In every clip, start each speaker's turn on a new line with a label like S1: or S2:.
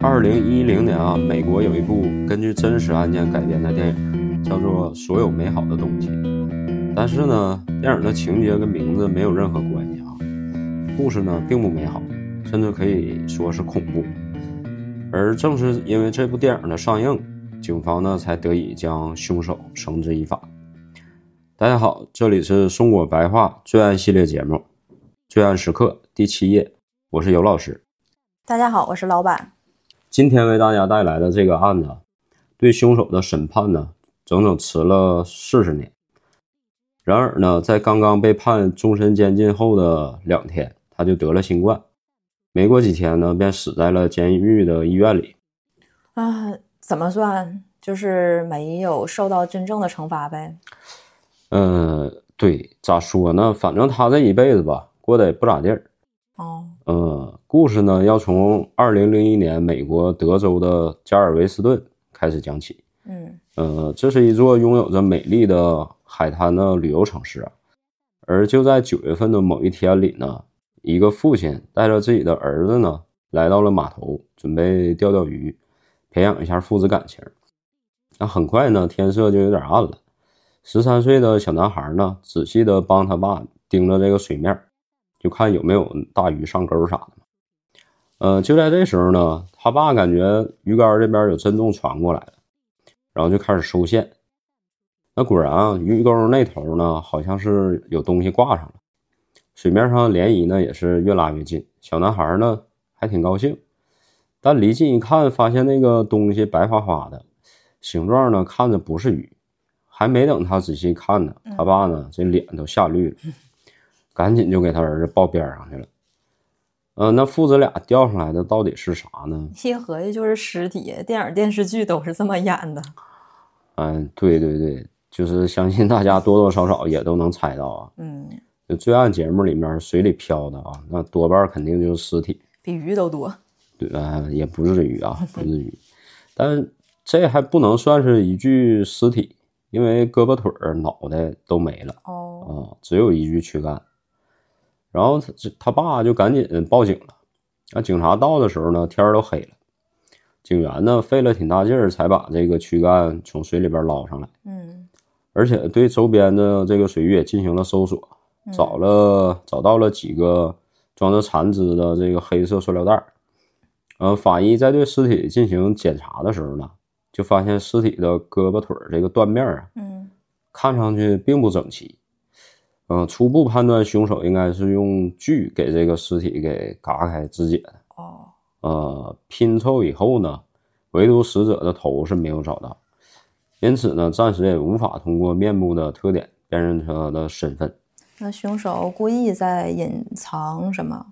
S1: 二零一零年啊，美国有一部根据真实案件改编的电影，叫做《所有美好的东西》。但是呢，电影的情节跟名字没有任何关系啊。故事呢并不美好，甚至可以说是恐怖。而正是因为这部电影的上映，警方呢才得以将凶手绳之以法。大家好，这里是松果白话罪案系列节目《罪案时刻》第七夜，我是尤老师。
S2: 大家好，我是老板。
S1: 今天为大家带来的这个案子啊，对凶手的审判呢，整整迟了四十年。然而呢，在刚刚被判终身监禁后的两天，他就得了新冠，没过几天呢，便死在了监狱的医院里。
S2: 啊，怎么算？就是没有受到真正的惩罚呗。
S1: 嗯，对，咋说呢？反正他这一辈子吧，过得也不咋地儿。
S2: 哦，
S1: 呃，故事呢要从二零零一年美国德州的加尔维斯顿开始讲起。
S2: 嗯
S1: 呃，这是一座拥有着美丽的海滩的旅游城市啊。而就在九月份的某一天里呢，一个父亲带着自己的儿子呢，来到了码头，准备钓钓鱼，培养一下父子感情。那很快呢，天色就有点暗了。十三岁的小男孩呢，仔细的帮他爸盯着这个水面，就看有没有大鱼上钩啥的。呃，就在这时候呢，他爸感觉鱼竿这边有震动传过来了，然后就开始收线。那果然啊，鱼钩那头呢，好像是有东西挂上了。水面上的涟漪呢，也是越拉越近。小男孩呢，还挺高兴，但离近一看，发现那个东西白花花的，形状呢看着不是鱼。还没等他仔细看呢，他爸呢这脸都吓绿了，赶紧就给他儿子抱边上去了。呃，那父子俩钓上来的到底是啥呢？
S2: 一合计就是尸体，电影电视剧都是这么演的。
S1: 嗯，对对对，就是相信大家多多少少也都能猜到啊。
S2: 嗯，
S1: 就罪案节目里面水里漂的啊，那多半肯定就是尸体，
S2: 比鱼都多。
S1: 对呃，也不至于啊，不至于。但这还不能算是一具尸体，因为胳膊腿儿、脑袋都没了啊、
S2: 哦，
S1: 只有一具躯干。然后他这他爸就赶紧报警了。那警察到的时候呢，天儿都黑了。警员呢费了挺大劲儿才把这个躯干从水里边捞上来。
S2: 嗯，
S1: 而且对周边的这个水域也进行了搜索，
S2: 嗯
S1: 找了找到了几个装着残肢的这个黑色塑料袋儿。呃，法医在对尸体进行检查的时候呢，就发现尸体的胳膊腿儿这个断面儿啊，
S2: 嗯，
S1: 看上去并不整齐。嗯、初步判断凶手应该是用锯给这个尸体给嘎开肢解的。
S2: 哦，
S1: 呃拼凑以后呢，唯独死者的头是没有找到，因此呢，暂时也无法通过面部的特点辨认他的身份。
S2: 那凶手故意在隐藏什么？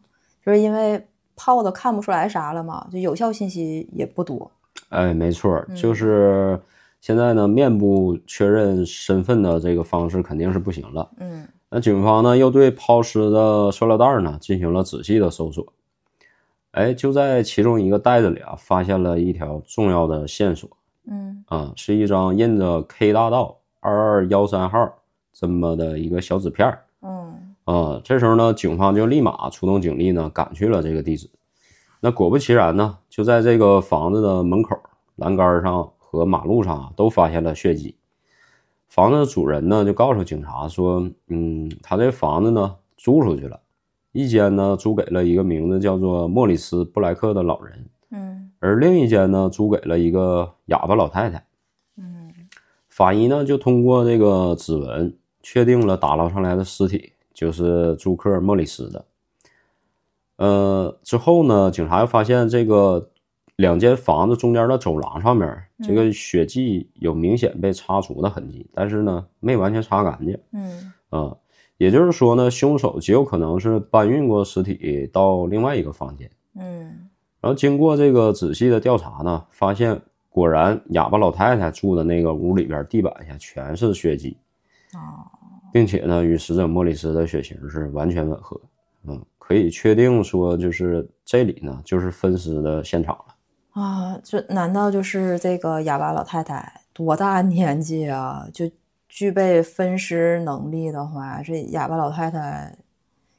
S2: 就是因为泡的看不出来啥了嘛，就有效信息也不多。
S1: 哎，没错儿，就
S2: 嗯
S1: 是现在呢，面部确认身份的这个方式肯定是不行了。
S2: 嗯
S1: 那警方呢，又对抛尸的塑料袋儿呢进行了仔细的搜索。哎，就在其中一个袋子里啊，发现了一条重要的线索。
S2: 嗯
S1: 啊，是一张印着 K 大道二二幺三号这么的一个小纸片儿
S2: 嗯
S1: 啊。这时候呢，警方就立马出动警力呢，赶去了这个地址。那果不其然呢，就在这个房子的门口栏杆上和马路上啊都发现了血迹。房子的主人呢就告诉警察说，嗯，他这房子呢租出去了，一间呢租给了一个名字叫做莫里斯布莱克的老人，
S2: 嗯
S1: 而另一间呢租给了一个哑巴老太太。
S2: 嗯，
S1: 法医呢就通过这个指纹确定了打捞上来的尸体就是住客莫里斯的。呃，之后呢，警察又发现这个两间房子中间的走廊上面，这个血迹有明显被擦除的痕迹，但是呢，没完全擦干净
S2: 嗯
S1: 啊、也就是说呢，凶手极有可能是搬运过尸体到另外一个房间。
S2: 嗯
S1: 然后经过这个仔细的调查呢，发现果然哑巴老太太住的那个屋里边地板下全是血迹，
S2: 哦，
S1: 并且呢与死者莫里斯的血型是完全吻合。嗯，可以确定说就是这里呢就是分尸的现场了。
S2: 啊，这难道就是这个哑巴老太太多大年纪啊？就具备分尸能力的话，这哑巴老太太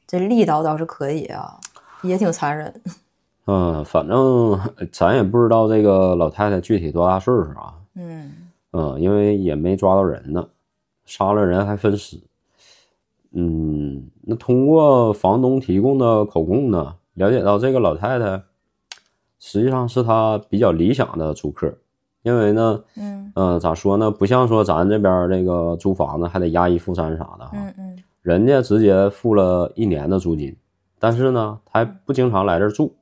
S2: 这力道倒是可以啊，也挺残忍。
S1: 嗯，反正咱也不知道这个老太太具体多大岁数啊。
S2: 嗯，
S1: 嗯，因为也没抓到人呢，杀了人还分尸。嗯，那通过房东提供的口供呢，了解到这个老太太实际上是他比较理想的租客，因为呢，
S2: 嗯
S1: 呃，咋说呢，不像说咱这边儿这个租房子还得押一付三啥的哈，
S2: 嗯嗯
S1: 人家直接付了一年的租金，但是呢，他还不经常来这儿住，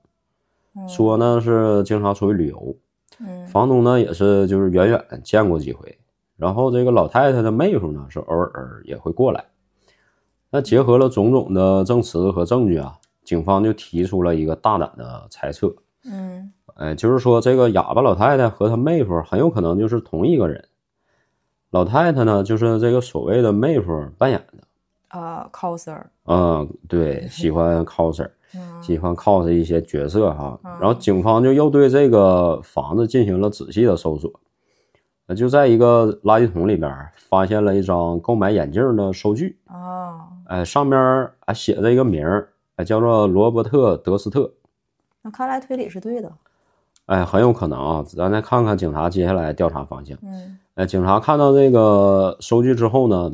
S2: 嗯，
S1: 说呢是经常出去旅游，
S2: 嗯
S1: 房东呢也是就是远远见过几回，然后这个老太太的妹夫呢是偶尔也会过来。那结合了种种的证词和证据啊，警方就提出了一个大胆的猜测，
S2: 嗯
S1: 哎，就是说这个哑巴老太太和她妹夫很有可能就是同一个人。老太太呢，就是这个所谓的妹夫扮演的，
S2: 啊，coser，
S1: 嗯，对，喜欢 coser，
S2: 嗯
S1: 喜欢 cos 一些角色哈。
S2: 嗯
S1: 然后警方就又对这个房子进行了仔细的搜索，呃就在一个垃圾桶里边儿发现了一张购买眼镜的收据，
S2: 哦，
S1: 哎，上面儿还写着一个名儿，哎，叫做罗伯特·德斯特，
S2: 那看来推理是对的。
S1: 哎，很有可能啊。咱再看看警察接下来调查方向。
S2: 嗯
S1: 哎，警察看到这个收据之后呢，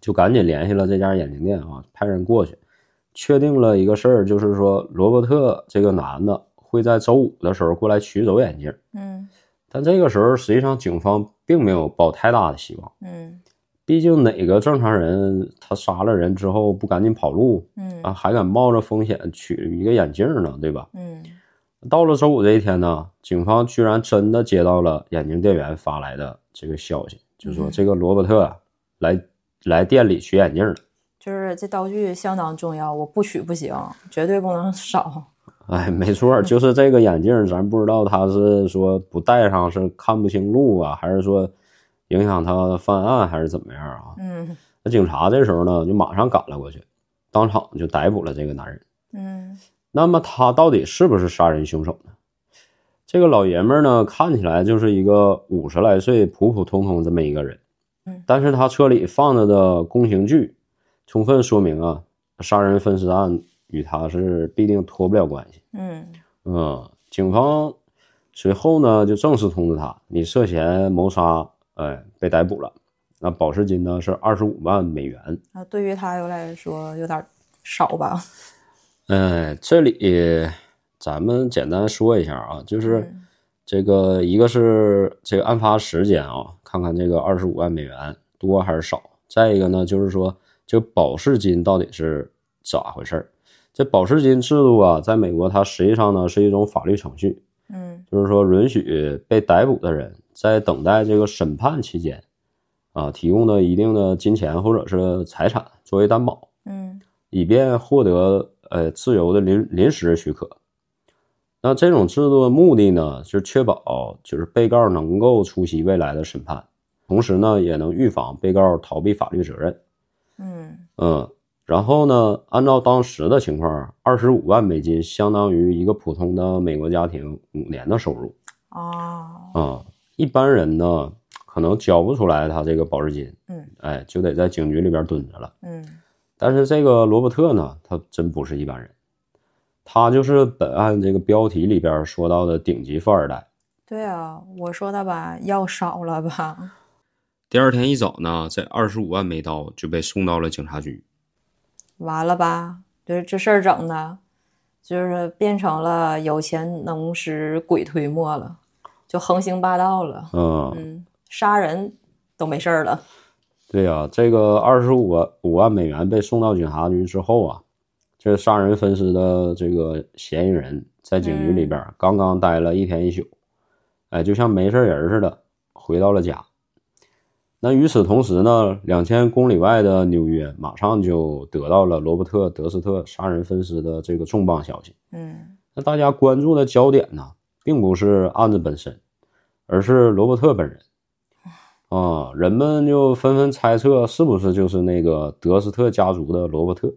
S1: 就赶紧联系了这家眼镜店啊，派人过去，确定了一个事儿，就是说罗伯特这个男的会在周五的时候过来取走眼镜。
S2: 嗯
S1: 但这个时候，实际上警方并没有抱太大的希望，
S2: 嗯
S1: 毕竟哪个正常人他杀了人之后不赶紧跑路
S2: 嗯
S1: 啊，还敢冒着风险取一个眼镜呢，对吧？
S2: 嗯
S1: 到了周五这一天呢，警方居然真的接到了眼镜店员发来的这个消息，就说
S2: 嗯
S1: 这个罗伯特啊来来店里取眼镜了。
S2: 就是这道具相当重要，我不取不行，绝对不能少。
S1: 哎，没错儿，就是这个眼镜，咱不知道他是说不戴上是看不清路啊，还是说影响他犯案，还是怎么样啊？
S2: 嗯
S1: 那警察这时候呢，就马上赶了过去，当场就逮捕了这个男人。
S2: 嗯
S1: 那么他到底是不是杀人凶手呢？这个老爷们儿呢，看起来就是一个五十来岁、普普通通这么一个人
S2: 嗯，
S1: 但是他车里放着的供刑具，充分说明啊，杀人分尸案与他是必定脱不了关系。
S2: 嗯
S1: 嗯，警方随后呢就正式通知他，你涉嫌谋杀，哎，被逮捕了。那保释金呢是二十五万美元。
S2: 啊，对于他又来说有点少吧。
S1: 嗯，这里咱们简单说一下啊，就是
S2: 嗯
S1: 这个一个是这个案发时间啊，看看这个二十五万美元多还是少。再一个呢，就是说这个保释金到底是咋回事儿？这保释金制度啊，在美国它实际上呢是一种法律程序，
S2: 嗯
S1: 就是说允许被逮捕的人在等待这个审判期间啊，提供的一定的金钱或者是财产作为担保。
S2: 嗯
S1: 以便获得呃自由的临临时许可。那这种制度的目的呢，是确保就是被告能够出席未来的审判，同时呢，也能预防被告逃避法律责任。
S2: 嗯
S1: 嗯，然后呢，按照当时的情况，二十五万美金相当于一个普通的美国家庭五年的收入
S2: 啊
S1: 啊、一般人呢，可能交不出来他这个保释金，
S2: 嗯
S1: 哎，就得在警局里边蹲着了。
S2: 嗯
S1: 但是这个罗伯特呢，他真不是一般人，他就是本案这个标题里边说到的顶级富二代。
S2: 对啊，我说的吧，药少了吧？
S1: 第二天一早呢，这二十五万没到就被送到了警察局。
S2: 完了吧？就是这事儿整的，就是变成了有钱能使鬼推磨了，就横行霸道了。
S1: 嗯，
S2: 嗯，杀人都没事儿了。
S1: 对呀、这个二十五万五万美元被送到警察局之后啊，这杀人分尸的这个嫌疑人在警局里边刚刚待了一天一宿，哎，就像没事人似的回到了家。那与此同时呢，两千公里外的纽约马上就得到了罗伯特·德斯特杀人分尸的这个重磅消息。
S2: 嗯
S1: 那大家关注的焦点呢，并不是案子本身，而是罗伯特本人。啊，人们就纷纷猜测是不是就是那个德斯特家族的罗伯特，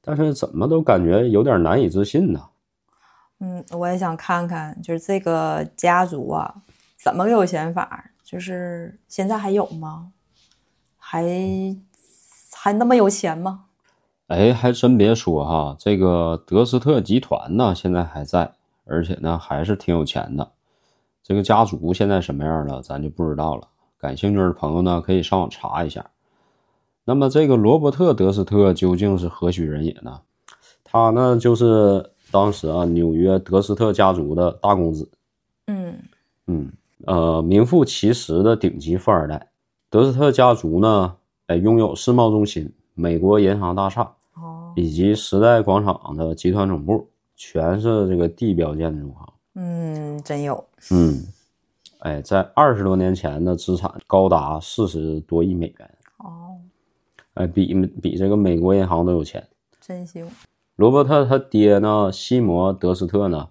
S1: 但是怎么都感觉有点难以置信呢。
S2: 嗯，我也想看看，就是这个家族啊，怎么个有钱法儿？就是现在还有吗？还还那么有钱吗？
S1: 哎，还真别说哈，这个德斯特集团呢，现在还在，而且呢还是挺有钱的。这个家族现在什么样了，咱就不知道了。感兴趣的朋友呢，可以上网查一下。那么这个罗伯特·德斯特究竟是何许人也呢？他呢就是当时啊纽约德斯特家族的大公子，
S2: 嗯
S1: 嗯，呃，名副其实的顶级富二代。德斯特家族呢，哎，拥有世贸中心、美国银行大厦
S2: 哦
S1: 以及时代广场的集团总部，全是这个地标建筑哈。
S2: 嗯，真有
S1: 嗯，哎，在二十多年前的资产高达四十多亿美元，
S2: 哦，
S1: 哎，比比这个美国银行都有钱。
S2: 真行
S1: 罗伯特他爹呢，西摩·德斯特呢，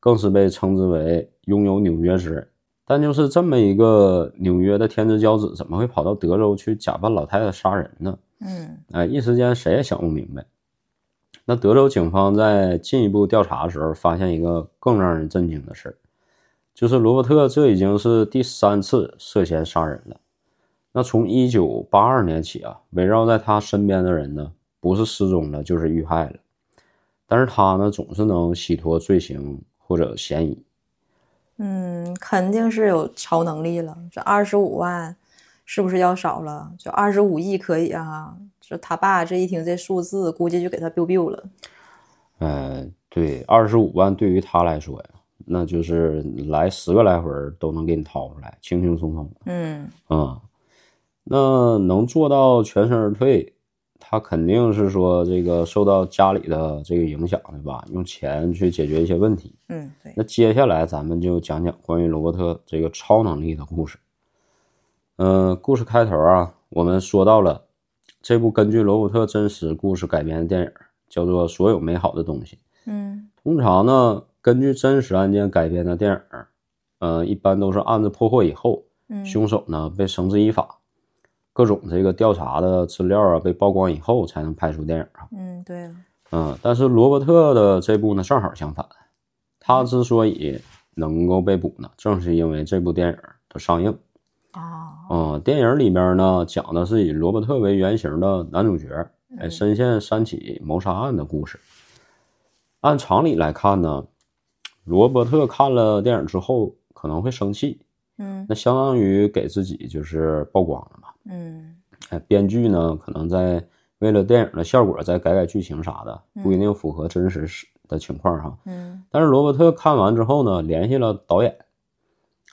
S1: 更是被称之为拥有纽约之人。但就是这么一个纽约的天之骄子，怎么会跑到德州去假扮老太太杀人呢？
S2: 嗯
S1: 哎，一时间谁也想不明白。那德州警方在进一步调查的时候，发现一个更让人震惊的事儿，就是罗伯特这已经是第三次涉嫌杀人了。那从一九八二年起啊，围绕在他身边的人呢，不是失踪了，就是遇害了。但是他呢，总是能洗脱罪行或者嫌疑。
S2: 嗯，肯定是有超能力了。这二十五万是不是要少了？就二十五亿可以啊。这他爸这一听这数字，估计就给他 biu biu 了。
S1: 呃，对，二十五万对于他来说呀，那就是来十个来回儿都能给你掏出来，轻轻松松。
S2: 嗯
S1: 啊、那能做到全身而退，他肯定是说这个受到家里的这个影响，对吧？用钱去解决一些问题。
S2: 嗯，对，
S1: 那接下来咱们就讲讲关于罗伯特这个超能力的故事。嗯、故事开头啊，我们说到了这部根据罗伯特真实故事改编的电影，叫做《所有美好的东西》。
S2: 嗯
S1: 通常呢，根据真实案件改编的电影，呃，一般都是案子破获以后，
S2: 嗯，
S1: 凶手呢被绳之以法，各种这个调查的资料啊被曝光以后才能拍出电影啊。
S2: 嗯，对了，
S1: 嗯，但是罗伯特的这部呢正好相反，他之所以能够被捕呢，正是因为这部电影的上映。
S2: 哦，
S1: 嗯，电影里边呢讲的是以罗伯特为原型的男主角，哎，
S2: 嗯
S1: 深陷三起谋杀案的故事。按常理来看呢，罗伯特看了电影之后可能会生气，
S2: 嗯
S1: 那相当于给自己就是曝光了嘛。
S2: 嗯
S1: 哎，编剧呢，可能在为了电影的效果再改改剧情啥的，不一定符合真实时的情况哈。
S2: 嗯
S1: 但是罗伯特看完之后呢，联系了导演，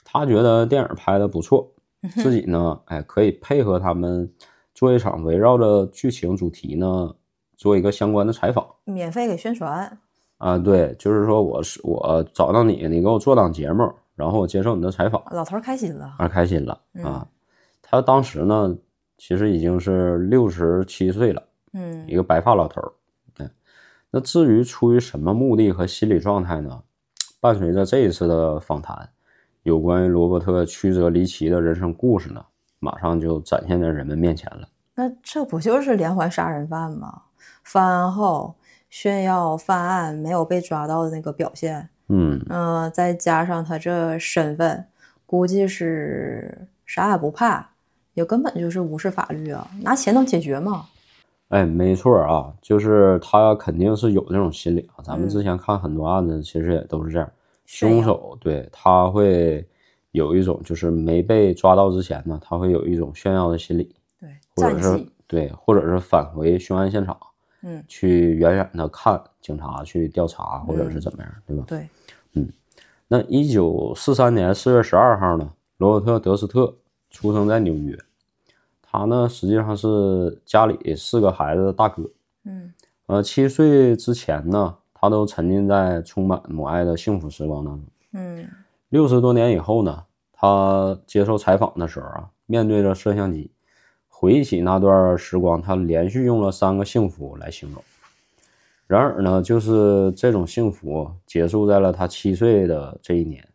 S1: 他觉得电影拍的不错，自己呢，哎，可以配合他们做一场围绕着剧情主题呢，做一个相关的采访。
S2: 免费给宣传，
S1: 啊，对，就是说我是我找到你，你给我做档节目，然后我接受你的采访，
S2: 老头儿开心了。
S1: 啊，开心了啊
S2: 哦嗯。
S1: 他当时呢，其实已经是六十七岁了。
S2: 嗯
S1: 一个白发老头儿。哎，那至于出于什么目的和心理状态呢？伴随着这一次的访谈，有关于罗伯特曲折离奇的人生故事呢，马上就展现在人们面前了。
S2: 那这不就是连环杀人犯吗？犯案后炫耀犯案没有被抓到的那个表现，
S1: 嗯，
S2: 嗯、再加上他这身份，估计是啥也不怕，也根本就是无视法律啊！拿钱能解决吗？
S1: 哎，没错儿啊，就是他肯定是有这种心理啊。咱们
S2: 嗯
S1: 之前看很多案子，其实也都是这样，
S2: 炫
S1: 凶
S2: 耀
S1: 手对他会有一种就是没被抓到之前呢，他会有一种炫耀的心理，
S2: 对，
S1: 或
S2: 战
S1: 者是
S2: 绩，
S1: 对，或者是返回凶案现场。
S2: 嗯，
S1: 去远远的看警察去调查或者是怎么样，对吧？
S2: 对，
S1: 那一九四三年四月十二号呢，罗伯特·德斯特出生在纽约，他呢实际上是家里四个孩子的大哥。
S2: 嗯
S1: 呃，七岁之前呢，他都沉浸在充满母爱的幸福时光当中。
S2: 嗯
S1: 六十多年以后呢，他接受采访的时候啊，面对着摄像机，回忆起那段时光，他连续用了三个幸福来形容。然而呢，就是这种幸福结束在了他七岁的这一年。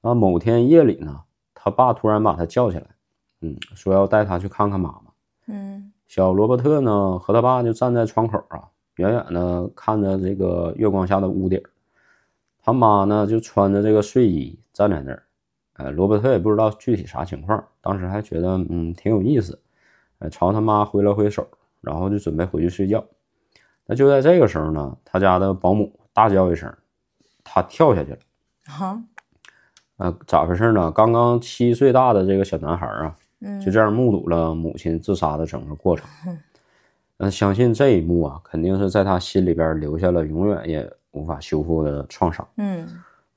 S1: 那某天夜里呢，他爸突然把他叫起来，嗯，说要带他去看看妈妈。小罗伯特呢和他爸就站在窗口啊，远远的看着这个月光下的屋顶儿。他妈呢就穿着这个睡衣站在那儿，呃，罗伯特也不知道具体啥情况，当时还觉得嗯挺有意思，呃，朝他妈挥了挥手，然后就准备回去睡觉。那就在这个时候呢，他家的保姆大叫一声，他跳下去了。
S2: 啊，
S1: 呃，咋回事呢？刚刚七岁大的这个小男孩啊，
S2: 嗯，
S1: 就这样目睹了母亲自杀的整个过程。嗯，相信这一幕啊，肯定是在他心里边留下了永远也无法修复的创伤。
S2: 嗯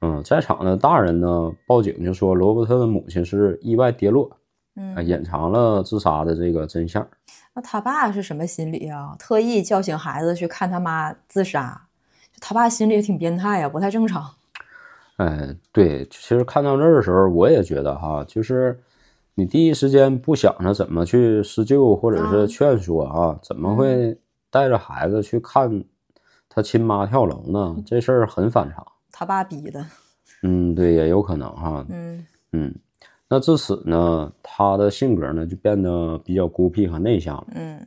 S1: 嗯，在场的大人呢，报警就说罗伯特的母亲是意外跌落，
S2: 嗯
S1: 呃，隐藏了自杀的这个真相。
S2: 那他爸是什么心理啊？特意叫醒孩子去看他妈自杀，就他爸心里也挺变态呀、不太正常。
S1: 哎，对，其实看到这儿的时候，我也觉得哈，就是你第一时间不想着怎么去施救或者
S2: 啊嗯
S1: 是劝说啊，怎么会带着孩子去看他亲妈跳楼呢？
S2: 嗯
S1: 这事儿很反常。
S2: 他爸逼的，
S1: 嗯，对，也有可能哈。
S2: 嗯
S1: 嗯，那至此呢，他的性格呢就变得比较孤僻和内向了。
S2: 嗯，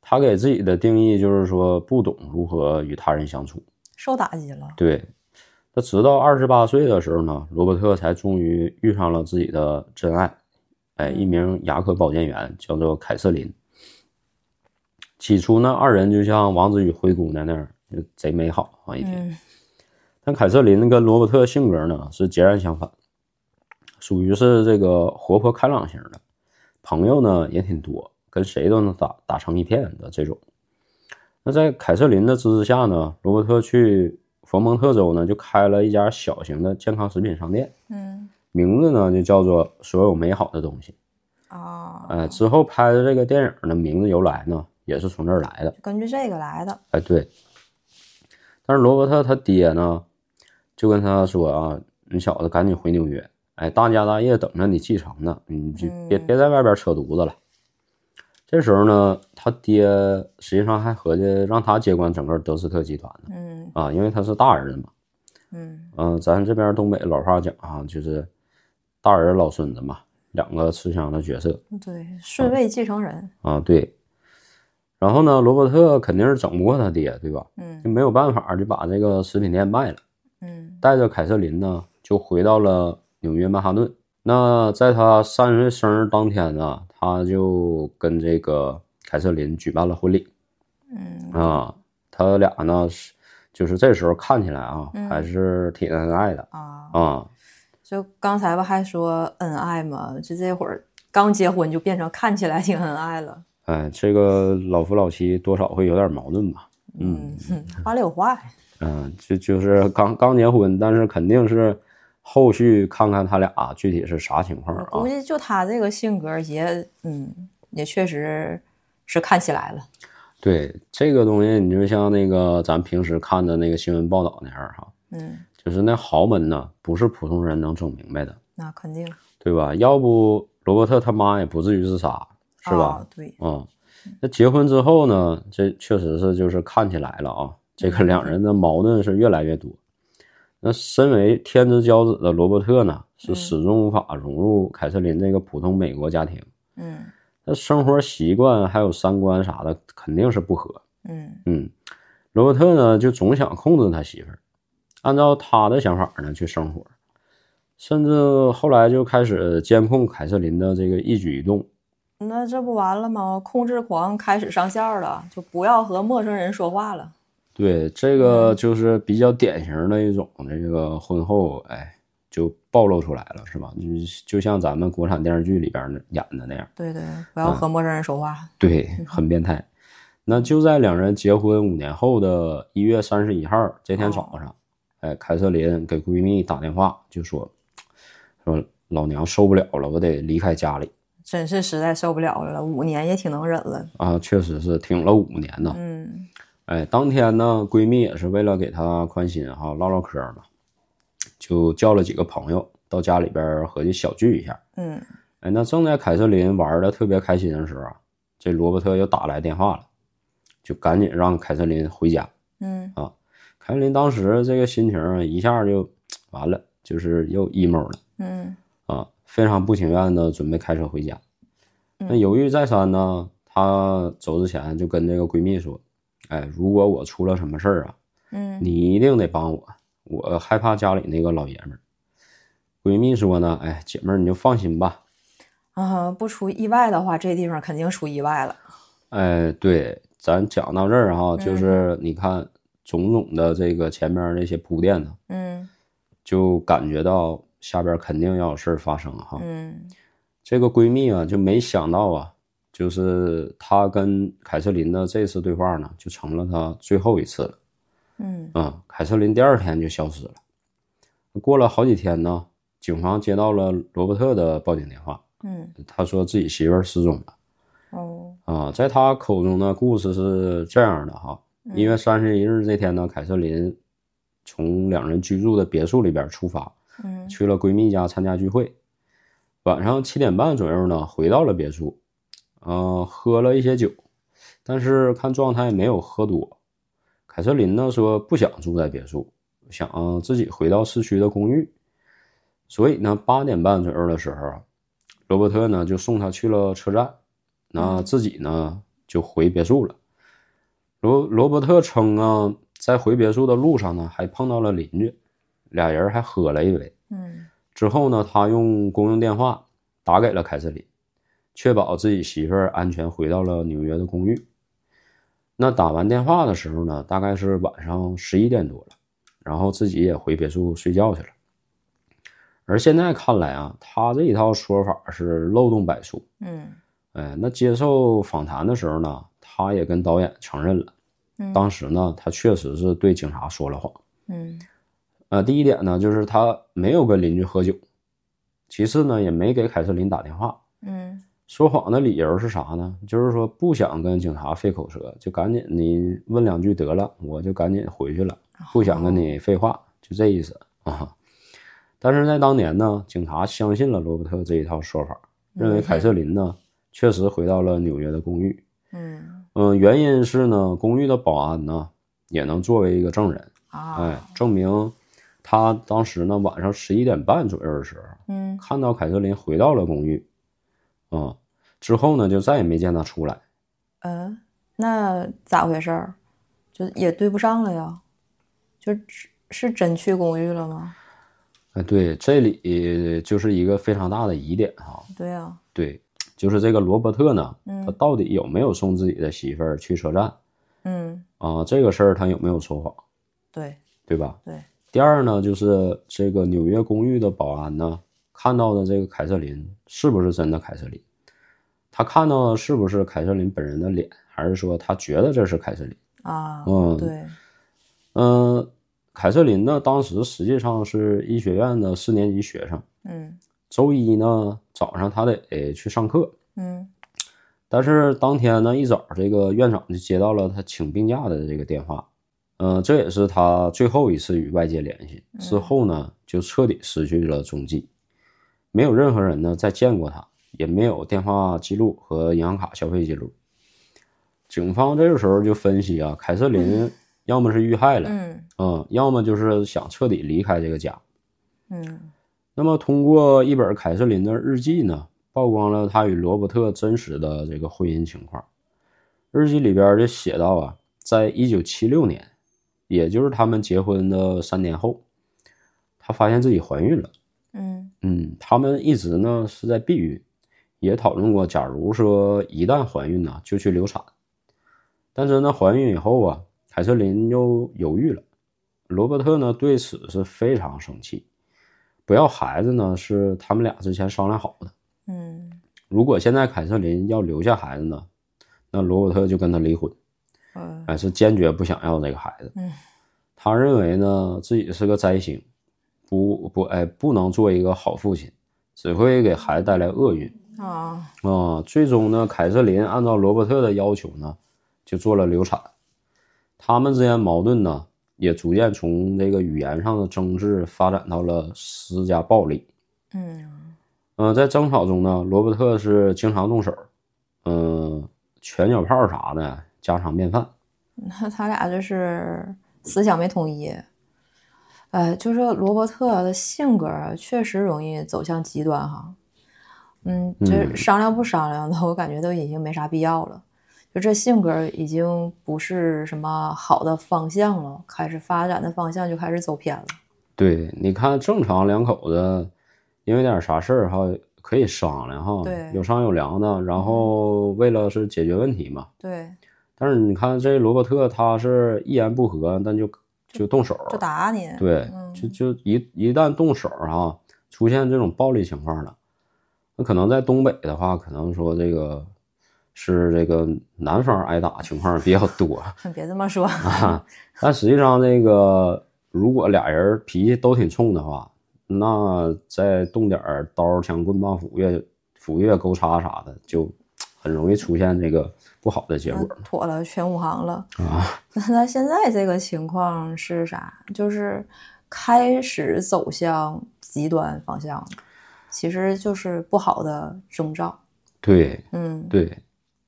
S1: 他给自己的定义就是说，不懂如何与他人相处。
S2: 受打击了，
S1: 对，他直到二十八岁的时候呢，罗伯特才终于遇上了自己的真爱，哎，一名牙科保健员，叫做凯瑟琳。起初呢，二人就像王子与灰姑娘那样，就贼美好啊一天。
S2: 嗯
S1: 但凯瑟琳跟罗伯特性格呢是截然相反，属于是这个活泼开朗型的，朋友呢也挺多，跟谁都能打打成一片的这种。那在凯瑟琳的支持下呢，罗伯特去佛蒙特州呢就开了一家小型的健康食品商店，
S2: 嗯
S1: 名字呢就叫做“所有美好的东西”。
S2: 啊，
S1: 呃，之后拍的这个电影的名字由来呢也是从这儿来的。
S2: 就根据这个来的，
S1: 哎，对。但是罗伯特他爹呢，就跟他说啊：“你小子赶紧回纽约，哎，大家大业等着你继承呢，你就别、
S2: 嗯
S1: 别在外边扯犊子了。”这时候呢，他爹实际上还合计让他接管整个德斯特集团呢
S2: 嗯
S1: 啊，因为他是大儿子嘛。
S2: 嗯
S1: 嗯、咱这边东北老话讲啊，就是大儿子老孙子嘛，两个吃香的角色。
S2: 对，顺位继承人，
S1: 啊，对。然后呢，罗伯特肯定是整不过他爹，对吧？就
S2: 嗯
S1: 没有办法就把这个食品店卖了，
S2: 嗯
S1: 带着凯瑟琳呢就回到了纽约曼哈顿。那在他三十岁生日当天呢，他就跟这个凯瑟琳举办了婚礼
S2: 嗯
S1: 啊。他俩呢是就是这时候看起来啊
S2: 嗯
S1: 还是挺恩爱的
S2: 啊，
S1: 啊。
S2: 就刚才不还说恩爱吗？就这会儿刚结婚就变成看起来挺恩爱了，
S1: 哎，这个老夫老妻多少会有点矛盾吧？
S2: 嗯，话里有话，
S1: 嗯，就就是刚刚结婚，但是肯定是后续看看他俩具体是啥情况
S2: 我
S1: 啊。
S2: 估计就他这个性格也，嗯，也确实是看起来了。
S1: 对这个东西，你就像那个咱平时看的那个新闻报道那样哈，
S2: 嗯，
S1: 就是那豪门呢，不是普通人能整明白的，
S2: 那肯定
S1: 对吧？要不罗伯特他妈也不至于自杀，是吧
S2: 啊？对，
S1: 嗯，那结婚之后呢，这确实是就是看起来了啊，这
S2: 嗯
S1: 个两人的矛盾是越来越多。那身为天之骄子的罗伯特呢，是
S2: 嗯
S1: 始终无法融入凯瑟琳这个普通美国家庭，
S2: 嗯
S1: 那生活习惯还有三观啥的肯定是不合。
S2: 嗯
S1: 嗯，罗伯特呢就总想控制他媳妇儿，按照他的想法呢去生活，甚至后来就开始监控凯瑟琳的这个一举一动，
S2: 那这不完了吗？控制狂开始上线了，就不要和陌生人说话了。
S1: 对，这个就是比较典型的一种这个婚后，哎，就暴露出来了，是吧？就就像咱们国产电视剧里边儿演的那样，
S2: 对对，
S1: 嗯
S2: 不要和陌生人说话。
S1: 对，很变态。那就在两人结婚五年后的一月三十一号这天早上，哎，凯瑟琳给闺蜜打电话，就说说老娘受不了了，我得离开家里
S2: 真是实在受不了了，五年也挺能忍了。
S1: 啊！确实是挺了五年呐。
S2: 嗯
S1: 哎，当天呢，闺蜜也是为了给她宽心哈，唠唠嗑嘛，就叫了几个朋友到家里边儿合计小聚一下。
S2: 嗯
S1: 哎，那正在凯瑟琳玩的特别开心的时候啊，这罗伯特又打来电话了，就赶紧让凯瑟琳回家。
S2: 嗯
S1: 凯瑟琳当时这个心情啊一下就完了，就是又 emo 了
S2: 嗯
S1: 啊，非常不情愿的准备开车回家。那
S2: 嗯
S1: 犹豫再三呢，她她走之前就跟这个闺蜜说：“哎，如果我出了什么事儿啊，
S2: 嗯
S1: 你一定得帮我，我害怕家里那个老爷们儿。”闺蜜说呢：“哎，姐们儿你就放心吧，
S2: 啊，不出意外的话，这地方肯定出意外了。
S1: 哎，对，咱讲到这儿哈、
S2: 嗯
S1: 就是你看种种的这个前面这些铺垫呢，
S2: 嗯
S1: 就感觉到下边肯定要有事儿发生啊哈、
S2: 嗯
S1: 这个闺蜜啊，就没想到啊，就是她跟凯瑟琳的这次对话呢，就成了她最后一次了。
S2: 嗯
S1: 嗯，凯瑟琳第二天就消失了。过了好几天呢，警方接到了罗伯特的报警电话，
S2: 嗯，
S1: 他说自己媳妇儿失踪了。
S2: 哦，
S1: 啊，在他口中呢，故事是这样的哈，
S2: 嗯
S1: 一月三十一日这天呢，凯瑟琳从两人居住的别墅里边出发，
S2: 嗯
S1: 去了闺蜜家参加聚会。晚上七点半左右呢，回到了别墅，呃，喝了一些酒，但是看状态没有喝多。凯瑟琳呢说不想住在别墅，想、呃自己回到市区的公寓，所以呢，八点半左右的时候啊，罗伯特呢就送她去了车站，那自己呢就回别墅了。罗罗伯特称啊，在回别墅的路上呢，还碰到了邻居，俩人还喝了一杯。
S2: 嗯
S1: 之后呢，他用公用电话打给了凯瑟琳，确保自己媳妇儿安全回到了纽约的公寓。那打完电话的时候呢，大概是晚上十一点多了，然后自己也回别墅睡觉去了。而现在看来啊，他这一套说法是漏洞百出。
S2: 嗯
S1: 哎，那接受访谈的时候呢，他也跟导演承认了，
S2: 嗯
S1: 当时呢，他确实是对警察说了谎。
S2: 嗯
S1: 呃，第一点呢，就是他没有跟邻居喝酒；其次呢，也没给凯瑟琳打电话。
S2: 嗯
S1: 说谎的理由是啥呢？就是说不想跟警察费口舌，就赶紧你问两句得了，我就赶紧回去了，不想跟
S2: 嗯
S1: 你废话，就这意思啊。但是在当年呢，警察相信了罗伯特这一套说法，认为凯瑟琳呢确实回到了纽约的公寓。
S2: 嗯
S1: 嗯、原因是呢，公寓的保安呢也能作为一个证人，哎
S2: 啊，，
S1: 证明他当时呢晚上十一点半左右的时候，
S2: 嗯
S1: 看到凯瑟琳回到了公寓，啊、之后呢就再也没见她出来。
S2: 嗯，那咋回事儿？就也对不上了呀？就是是真去公寓了吗？
S1: 哎，对，这里就是一个非常大的疑点哈、
S2: 对呀，
S1: 对，就是这个罗伯特呢，
S2: 嗯
S1: 他到底有没有送自己的媳妇儿去车站啊、
S2: 嗯，
S1: 这个事儿他有没有说谎，
S2: 对
S1: 对吧？
S2: 对，
S1: 第二呢，就是这个纽约公寓的保安呢，看到的这个凯瑟琳是不是真的凯瑟琳？他看到的是不是凯瑟琳本人的脸，还是说他觉得这是凯瑟琳？
S2: 啊，
S1: 嗯
S2: 对，
S1: 嗯、凯瑟琳呢，当时实际上是医学院的四年级学生。
S2: 嗯
S1: 周一呢，早上他得去上课，
S2: 嗯
S1: 但是当天呢一早，这个院长就接到了他请病假的这个电话。嗯、这也是他最后一次与外界联系。之后呢，就彻底失去了踪迹，没有任何人呢再见过他，也没有电话记录和银行卡消费记录。警方这个时候就分析啊，凯瑟琳要么是遇害了，
S2: 嗯
S1: 嗯，要么就是想彻底离开这个家。
S2: 嗯
S1: 那么通过一本凯瑟琳的日记呢，曝光了她与罗伯特真实的这个婚姻情况。日记里边就写到啊，在一九七六年，也就是他们结婚的三年后，她发现自己怀孕了。
S2: 嗯
S1: 嗯，他们一直呢是在避孕，也讨论过，假如说一旦怀孕呢，就去流产。但是呢，怀孕以后啊，凯瑟琳又犹豫了。罗伯特呢对此是非常生气，不要孩子呢是他们俩之前商量好的。
S2: 嗯，
S1: 如果现在凯瑟琳要留下孩子呢，那罗伯特就跟他离婚，
S2: 呃
S1: 哎，是坚决不想要这个孩子。
S2: 嗯
S1: 他认为呢自己是个灾星，不不哎不能做一个好父亲，只会给孩子带来厄运
S2: 啊，
S1: 啊、最终呢，凯瑟琳按照罗伯特的要求呢，就做了流产。他们之间矛盾呢，也逐渐从这个语言上的争执发展到了施加暴力。
S2: 嗯
S1: 嗯、在争吵中呢，罗伯特是经常动手，嗯、拳脚炮啥的家常便饭。
S2: 那他俩就是思想没统一。呃，就是罗伯特的性格儿确实容易走向极端哈。嗯，就是
S1: 嗯
S2: 商量不商量的，我感觉都已经没啥必要了。就这性格已经不是什么好的方向了，开始发展的方向就开始走偏了。
S1: 对，你看正常两口子，因为点啥事儿哈，可以商量哈，
S2: 对嗯
S1: 有商有量的，然后为了是解决问题嘛。
S2: 对，
S1: 但是你看这罗伯特，他是一言不合，但就就动手，
S2: 就打你。
S1: 对，
S2: 嗯
S1: 就就一一旦动手啊，出现这种暴力情况了，那可能在东北的话，可能说这个是这个南方挨打情况比较多，
S2: 别这 么说。
S1: 啊，但实际上这个如果俩人脾气都挺冲的话，那再动点儿刀枪棍棒斧钺斧钺钩叉啥的，就很容易出现这个不好的结果
S2: 妥了，全武行了。
S1: 啊。
S2: 那他现在这个情况是啥？就是开始走向极端方向了，其实就是不好的征兆。
S1: 对
S2: 嗯，
S1: 对，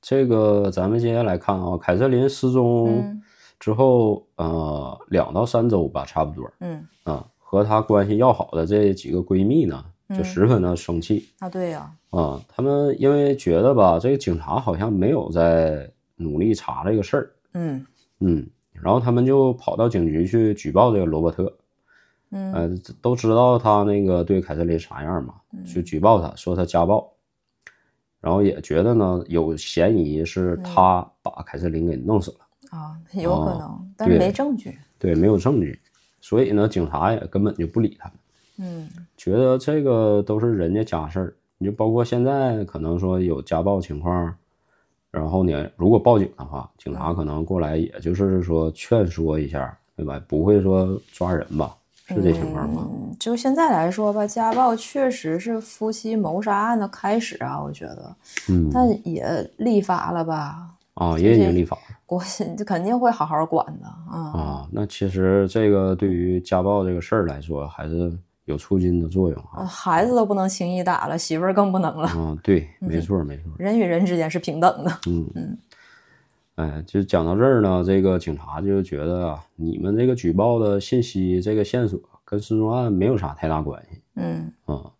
S1: 这个咱们接下来看啊，凯瑟琳失踪
S2: 嗯
S1: 之后，呃，两到三周吧，差不多
S2: 嗯，
S1: 啊。和她关系要好的这几个闺蜜呢，就
S2: 嗯
S1: 十分的生气。
S2: 那对呀、
S1: 啊，他们因为觉得吧，这个警察好像没有在努力查这个事儿，
S2: 嗯
S1: 嗯，然后他们就跑到警局去举报这个罗伯特，
S2: 嗯、
S1: 呃，都知道他那个对凯瑟琳啥样嘛，
S2: 嗯
S1: 就举报他说他家暴，然后也觉得呢有嫌疑是他把凯瑟琳给弄死了，
S2: 啊，有可
S1: 哦
S2: 能，但是
S1: 对
S2: 没证据。
S1: 对，没有证据，所以呢，警察也根本就不理他们，
S2: 嗯
S1: 觉得这个都是人家家事儿，你就包括现在可能说有家暴情况，然后你如果报警的话，警察可能过来也就是说劝说一下，对吧？不会说抓人吧？是这情况吗？
S2: 嗯，就现在来说吧，家暴确实是夫妻谋杀案的开始啊，我觉得，
S1: 嗯
S2: 但也立法了吧？
S1: 啊，也已经立法了
S2: 国 这肯定会好好管的啊。
S1: 啊。那其实这个对于家暴这个事儿来说，还是有促进的作用
S2: 呃
S1: 啊。
S2: 孩子都不能轻易打了，媳妇儿更不能了。
S1: 啊，对，没错，没错。
S2: 人与人之间是平等的。
S1: 嗯，哎，就讲到这儿呢，这个警察就觉得啊，你们这个举报的信息、这个线索跟失踪案没有啥太大关系
S2: 嗯
S1: 啊。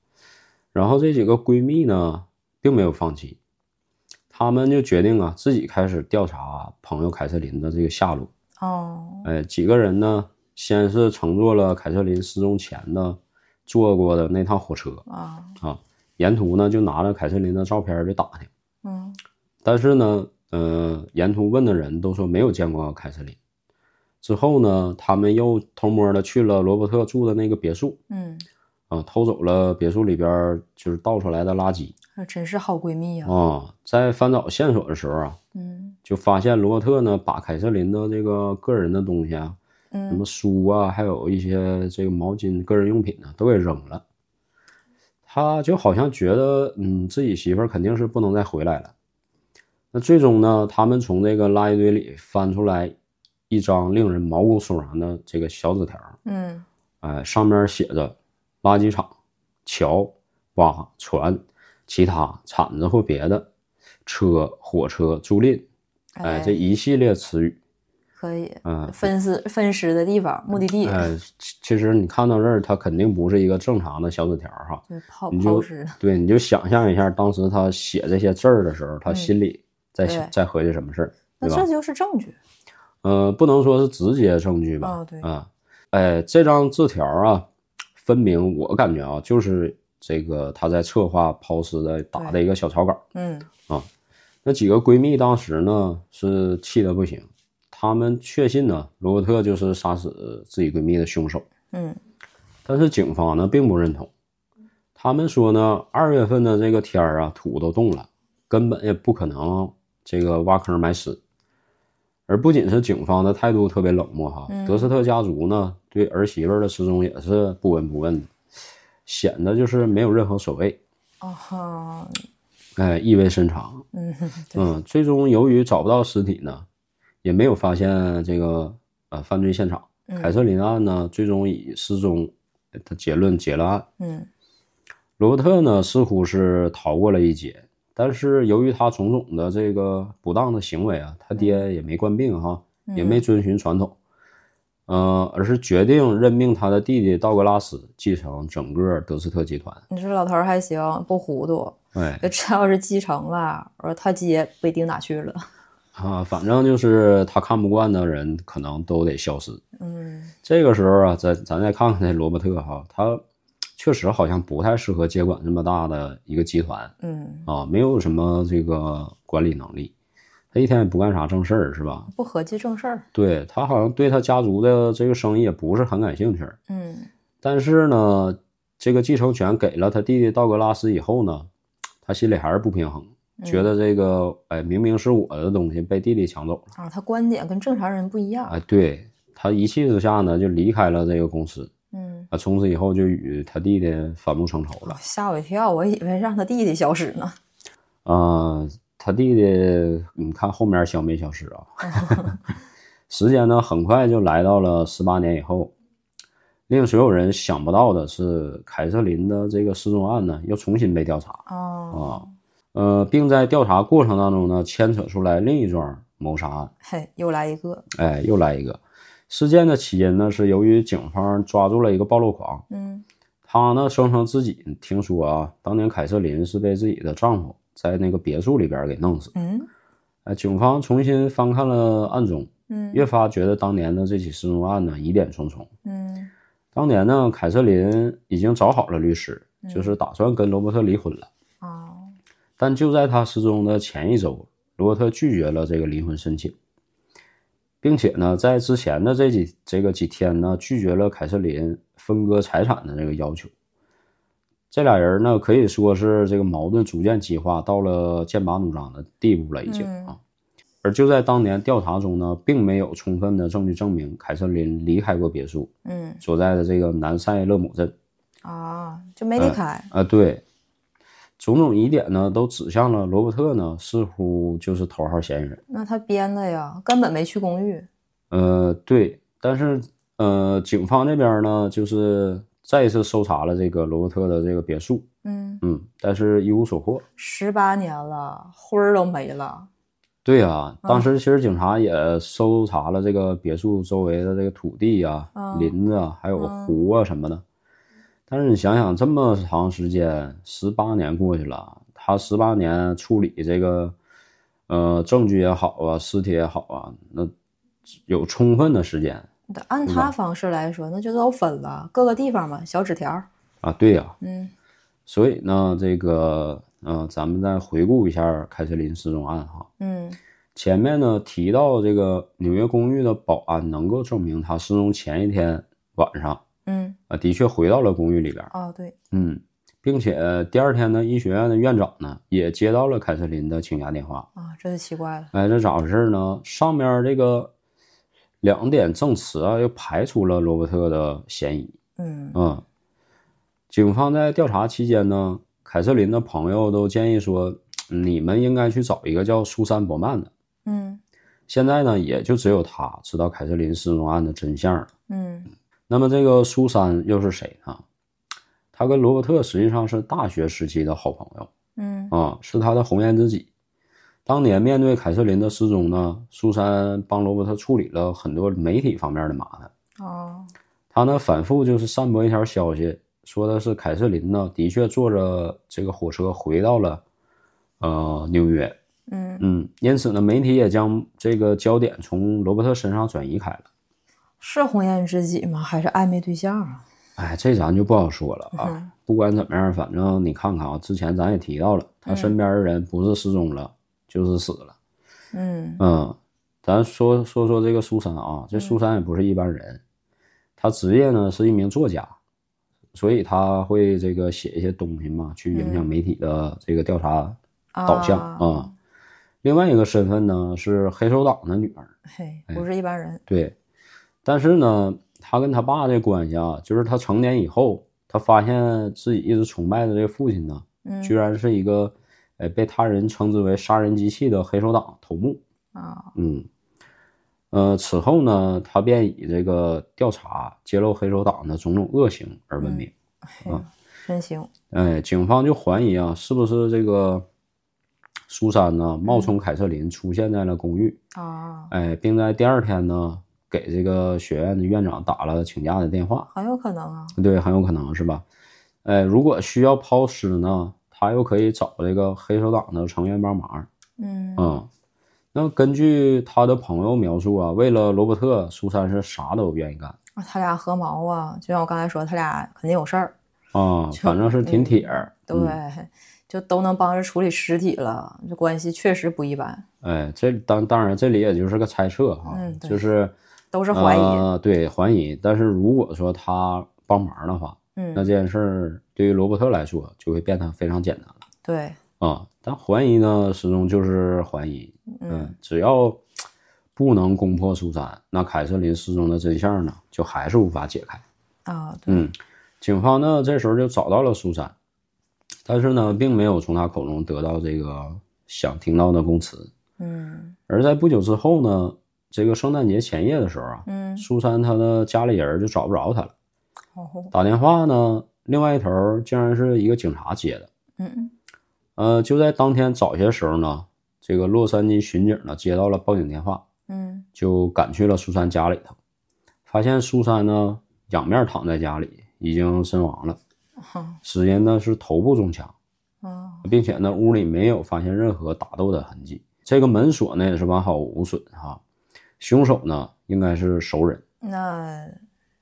S1: 然后这几个闺蜜呢，并没有放弃，她们就决定啊，自己开始调查朋友凯瑟琳的这个下落。
S2: 哦，
S1: 哎，几个人呢，先是乘坐了凯瑟琳失踪前的坐过的那趟火车
S2: 啊，
S1: 啊，沿途呢就拿着凯瑟琳的照片儿就打听。
S2: 嗯
S1: 但是呢，呃，沿途问的人都说没有见过凯瑟琳。之后呢，他们又偷摸的去了罗伯特住的那个别墅
S2: 嗯，
S1: 啊、偷走了别墅里边儿就是倒出来的垃圾
S2: 这哎真是好闺蜜呀、
S1: 啊、在翻找线索的时候啊，
S2: 嗯
S1: 就发现罗伯特呢把凯瑟琳的这个个人的东西啊，什么
S2: 嗯，
S1: 书啊，还有一些这个毛巾、个人用品呢，都给扔了。他就好像觉得，嗯，自己媳妇儿肯定是不能再回来了。那最终呢，他们从这个垃圾堆里翻出来一张令人毛骨悚然的这个小纸条，
S2: 嗯
S1: 哎、上面写着“垃圾场、桥、挖、船、其他铲子或别的、车、火车租赁”，哎、这一系列词语，
S2: 可以。
S1: 嗯、
S2: 分尸分尸的地方，目的地，
S1: 呃，其其实你看到这儿，它肯定不是一个正常的小纸条儿哈。
S2: 就是抛
S1: 你
S2: 抛
S1: 就
S2: 尸。
S1: 对，你就想象一下，当时他写这些字儿的时候，他
S2: 嗯
S1: 心里在想、
S2: 对
S1: 在合计什么事儿，
S2: 那
S1: 对
S2: 这
S1: 吧？
S2: 就是证据。
S1: 呃，不能说是直接证据吧。
S2: 哦对
S1: 啊，哎，这张字条儿啊，分明我感觉啊，就是这个他在策划抛尸的打的
S2: 对
S1: 一个小草稿。
S2: 嗯
S1: 那几个闺蜜当时呢是气得不行，她们确信呢罗伯特就是杀死自己闺蜜的凶手。
S2: 嗯
S1: 但是警方呢并不认同，他们说呢，二月份的这个天儿啊，土都冻了，根本也不可能这个挖坑埋尸。而不仅是警方的态度特别冷漠哈，
S2: 嗯
S1: 德斯特家族呢对儿媳妇儿的失踪也是不闻不问的，显得就是没有任何所谓，
S2: 哦哈，
S1: 哎，意味深长。
S2: 嗯 对
S1: 嗯，最终由于找不到尸体呢，也没有发现这个呃犯罪现场，
S2: 嗯
S1: 凯瑟琳案呢最终以失踪的结论结了案。
S2: 嗯
S1: 罗伯特呢，似乎是逃过了一劫，但是由于他种种的这个不当的行为啊，他爹也没惯病哈，
S2: 嗯
S1: 也没遵循传统，呃，而是决定任命他的弟弟道格拉斯继承整个德斯特集团。
S2: 你说老头儿还行，不糊涂。
S1: 哎，
S2: 这要是继承了，我说他爹不一定哪去了。
S1: 啊，反正就是他看不惯的人，可能都得消失。
S2: 嗯
S1: 这个时候啊，咱咱再看看这罗伯特哈，他确实好像不太适合接管这么大的一个集团
S2: 嗯，
S1: 啊，没有什么这个管理能力，他一天也不干啥正事儿，是吧？
S2: 不合计正事儿。
S1: 对他好像对他家族的这个生意也不是很感兴趣儿，
S2: 嗯
S1: 但是呢，这个继承权给了他弟弟道格拉斯以后呢，他心里还是不平衡，觉得这个哎，明明是我的东西被弟弟抢走了。
S2: 啊，他观点跟正常人不一样。
S1: 哎，对他一气之下呢，就离开了这个公司
S2: 嗯，
S1: 啊，从此以后就与他弟弟反目成仇了
S2: 吓我一跳，我以为让他弟弟消失呢。
S1: 啊、他弟弟，你看后面消没消失啊？时间呢，很快就来到了十八年以后。令所有人想不到的是，凯瑟琳的这个失踪案呢，又重新被调查。
S2: 哦，
S1: 呃，并在调查过程当中呢，牵扯出来另一桩谋杀案。
S2: 嘿，又来一个。
S1: 哎，又来一个。事件的起因呢，是由于警方抓住了一个暴露狂，
S2: 嗯
S1: 他呢声称自己听说啊，当年凯瑟琳是被自己的丈夫在那个别墅里边给弄死。
S2: 嗯
S1: 哎，警方重新翻看了案中，
S2: 嗯
S1: 越发觉得当年的这起失踪案呢疑点重重。
S2: 嗯
S1: 当年呢，凯瑟琳已经找好了律师，就
S2: 嗯
S1: 是打算跟罗伯特离婚了。
S2: 哦，
S1: 但就在他失踪的前一周，罗伯特拒绝了这个离婚申请，并且呢，在之前的这几这个几天呢，拒绝了凯瑟琳分割财产的这个要求。这俩人呢，可以说是这个矛盾逐渐激化，到了剑拔弩张的地步了，已经
S2: 嗯
S1: 啊。而就在当年调查中呢，并没有充分的证据证明凯瑟琳离开过别墅
S2: 嗯
S1: 所在的这个南塞勒姆镇。
S2: 啊，就没离开。
S1: 啊，对，种种疑点呢都指向了罗伯特呢，似乎就是头号嫌疑人。
S2: 那他编的呀，根本没去公寓。
S1: 呃，对，但是呃，警方这边呢，就是再一次搜查了这个罗伯特的这个别墅，
S2: 嗯，
S1: 嗯，但是一无所获。
S2: 十八年了，灰儿都没了。
S1: 对啊，
S2: 嗯
S1: 当时其实警察也搜查了这个别墅周围的这个土地啊、
S2: 嗯
S1: 林子啊，还有
S2: 嗯
S1: 湖啊什么的。但是你想想，这么长时间，十八年过去了，他十八年处理这个，呃，证据也好啊，尸体也好啊，那有充分的时间
S2: 但按他方式来说，那就都分了，各个地方嘛，小纸条儿。
S1: 啊。对呀、
S2: 嗯
S1: 所以呢，这个，呃，咱们再回顾一下凯瑟琳失踪案哈。
S2: 嗯
S1: 前面呢提到这个纽约公寓的保安能够证明他失踪前一天晚上
S2: 嗯，
S1: 啊的确回到了公寓里边，
S2: 哦对，
S1: 嗯，并且第二天呢，医学院的院长呢也接到了凯瑟琳的请假电话。
S2: 啊，这就奇怪了。
S1: 哎，这咋回事呢？上面这个两点证词啊，又排除了罗伯特的嫌疑。
S2: 嗯
S1: 嗯，警方在调查期间呢，凯瑟琳的朋友都建议说，你们应该去找一个叫苏珊·伯曼的。
S2: 嗯
S1: 现在呢，也就只有他知道凯瑟琳失踪案的真相了。
S2: 嗯
S1: 那么这个苏珊又是谁呢？她跟罗伯特实际上是大学时期的好朋友
S2: 嗯
S1: 啊，是他的红颜知己。当年面对凯瑟琳的失踪呢，苏珊帮罗伯特处理了很多媒体方面的麻烦。
S2: 哦
S1: 她呢反复就是散播一条消息，说的是凯瑟琳呢的确坐着这个火车回到了呃纽约，
S2: 嗯，
S1: 嗯，因此呢，媒体也将这个焦点从罗伯特身上转移开了。
S2: 是红颜知己吗？还是暧昧对象啊？
S1: 哎，这咱就不好说了啊。
S2: 嗯
S1: 不管怎么样，反正你看看啊，之前咱也提到了，他身边的人不是失踪了，就是死了。
S2: 嗯
S1: 嗯，咱说说说这个苏珊啊，这
S2: 嗯
S1: 苏珊也不是一般人，她职业呢是一名作家，所以她会这个写一些东西嘛，去影响
S2: 嗯
S1: 媒体的这个调查
S2: 啊，
S1: 导向啊。另外一个身份呢是黑手党的女儿。
S2: 嘿，
S1: 哎
S2: 不是一般人。
S1: 对，但是呢，他跟他爸这关系啊，就是他成年以后，他发现自己一直崇拜的这个父亲呢，
S2: 嗯
S1: 居然是一个，呃，被他人称之为杀人机器的黑手党头目。
S2: 啊，
S1: 嗯，呃，此后呢，他便以这个调查揭露黑手党的种种恶行而闻名。
S2: 嘿真行。
S1: 哎，警方就怀疑啊，是不是这个苏珊呢，冒充凯瑟琳出现在了公寓？
S2: 啊，
S1: 哎，并在第二天呢，给这个学院的院长打了请假的电话。
S2: 很有可能啊。
S1: 对，很有可能是吧？哎，如果需要抛尸呢，他又可以找这个黑手党的成员帮忙。
S2: 嗯
S1: 嗯，那根据他的朋友描述啊，为了罗伯特，苏珊是啥都愿意干
S2: 啊他俩合谋啊，就像我刚才说，他俩肯定有事儿。
S1: 啊，反正是挺铁儿。
S2: 对，
S1: 嗯
S2: 就都能帮着处理尸体了，这关系确实不一般。
S1: 哎，这当当然这里也就是个猜测哈，
S2: 嗯对
S1: 就是
S2: 都是怀疑
S1: 呃对怀疑。但是如果说他帮忙的话，那
S2: 嗯，
S1: 这件事儿对于罗伯特来说就会变得非常简单了
S2: 对，
S1: 啊。但怀疑呢，始终就是怀疑，
S2: 嗯，
S1: 只要不能攻破苏珊，那凯瑟琳失踪的真相呢，就还是无法解开。
S2: 啊，对，
S1: 嗯，警方呢这时候就找到了苏珊，但是呢，并没有从他口中得到这个想听到的供词。
S2: 嗯
S1: 而在不久之后呢，这个圣诞节前夜的时候啊，
S2: 嗯，
S1: 苏珊她的家里人就找不着她了，
S2: 哦，
S1: 打电话呢，另外一头竟然是一个警察接的。
S2: 嗯
S1: 呃，就在当天早些时候呢，这个洛杉矶巡警呢接到了报警电话，
S2: 嗯
S1: 就赶去了苏珊家里头，发现苏珊呢仰面躺在家里，已经身亡了，
S2: 嗯，好，
S1: 死因呢是头部中枪，
S2: 啊，
S1: 并且呢屋里没有发现任何打斗的痕迹，这个门锁呢也是完好无损哈、凶手呢应该是熟人，
S2: 那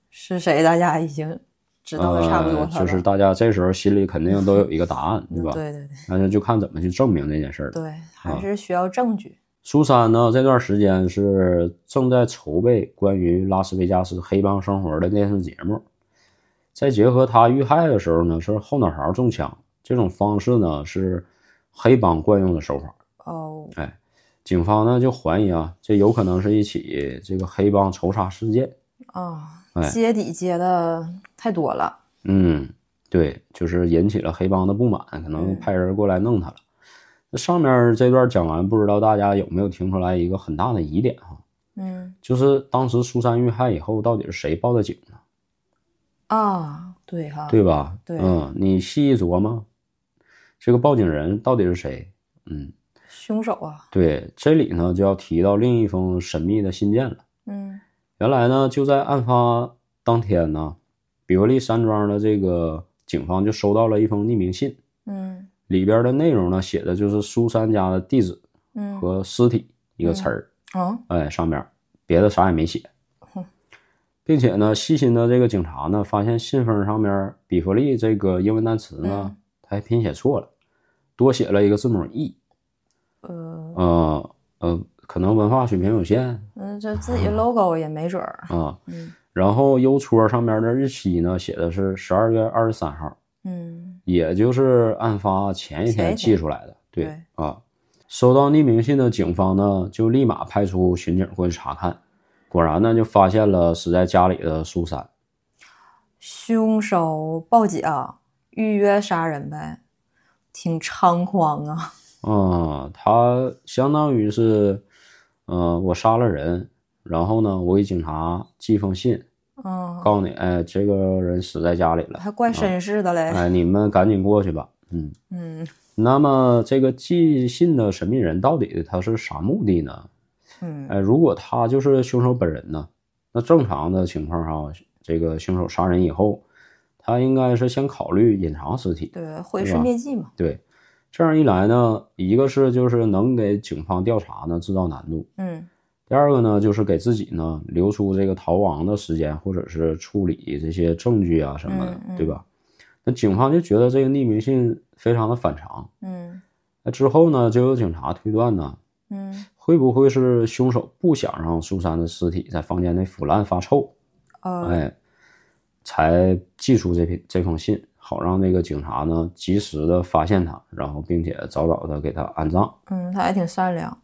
S2: 是谁？大家已经知道的差不多
S1: 呃，
S2: 了吧，
S1: 就是大家这时候心里肯定都有一个答 案，对
S2: 嗯
S1: 吧？啊
S2: 对对对
S1: 但是就看怎么去证明这件事儿了。
S2: 对，还是需要证据。
S1: 苏珊呢，这段时间是正在筹备关于拉斯维加斯黑帮生活的电视节目，再结合她遇害的时候呢，是后脑勺中枪，这种方式呢是黑帮惯用的手法。
S2: 哦，
S1: 警方呢就怀疑啊，这有可能是一起这个黑帮仇杀事件。
S2: 啊
S1: 哎，
S2: 揭底揭的太多了。
S1: 嗯，对，就是引起了黑帮的不满，可能
S2: 嗯
S1: 派人过来弄他了。那上面这段讲完，不知道大家有没有听出来一个很大的疑点啊哈、
S2: 嗯
S1: 就是当时苏珊遇害以后，到底是谁报的警呢？
S2: 啊，对哈，
S1: 对吧？
S2: 对
S1: 嗯，你细一琢磨，这个报警人到底是谁？嗯，
S2: 凶手啊，
S1: 对，这里呢就要提到另一封神秘的信件了。
S2: 嗯
S1: 原来呢，就在案发当天呢，比弗利山庄的这个警方就收到了一封匿名信，
S2: 嗯
S1: 里边的内容呢写的就是苏珊家的地址
S2: 嗯，
S1: 和尸体一个词儿。
S2: 啊，
S1: 哎，上面别的啥也没写
S2: 哼，
S1: 并且呢，细心的这个警察呢，发现信封上面比弗利这个英文单词呢
S2: 嗯，
S1: 他还拼写错了，多写了一个字母 e，
S2: 呃，
S1: 呃呃，可能文化水平有限啊、
S2: 嗯，这自己 logo 也没准儿。嗯
S1: 然后邮戳上面的日期呢，写的是十二月二十三号，
S2: 嗯
S1: 也就是案发前一
S2: 前
S1: 天
S2: 一天
S1: 寄出来的。对
S2: 对
S1: 啊，收到匿名信的警方呢，就立马派出巡警过去查看，果然呢就发现了死在家里的苏珊。，
S2: 凶手报警、预约杀人呗，挺猖狂啊！
S1: 嗯，他相当于是，呃，我杀了人，然后呢，我给警察寄封信，
S2: 嗯，
S1: 告诉你，哎，这个人死在家里了，
S2: 还怪绅士的嘞。
S1: 哎，你们赶紧过去吧。嗯，
S2: 嗯
S1: 那么这个寄信的神秘人到底他是啥目的呢？
S2: 嗯
S1: 哎，如果他就是凶手本人呢？那正常的情况下，这个凶手杀人以后，他应该是先考虑隐藏尸体。
S2: 对，毁
S1: 对
S2: 尸
S1: 吧
S2: 灭迹嘛。
S1: 对，这样一来呢，一个是就是能给警方调查呢制造难度，
S2: 嗯
S1: 第二个呢就是给自己呢留出这个逃亡的时间，或者是处理这些证据啊什么的，
S2: 嗯嗯
S1: 对吧？那警方就觉得这个匿名信非常的反常，
S2: 嗯
S1: 那之后呢，就有警察推断呢，
S2: 嗯，
S1: 会不会是凶手不想让苏珊的尸体在房间内腐烂发臭，
S2: 呃，
S1: 哎，才寄出这篇这封信，好让那个警察呢及时的发现他，然后并且早早的给他安葬。
S2: 嗯，他还挺善良。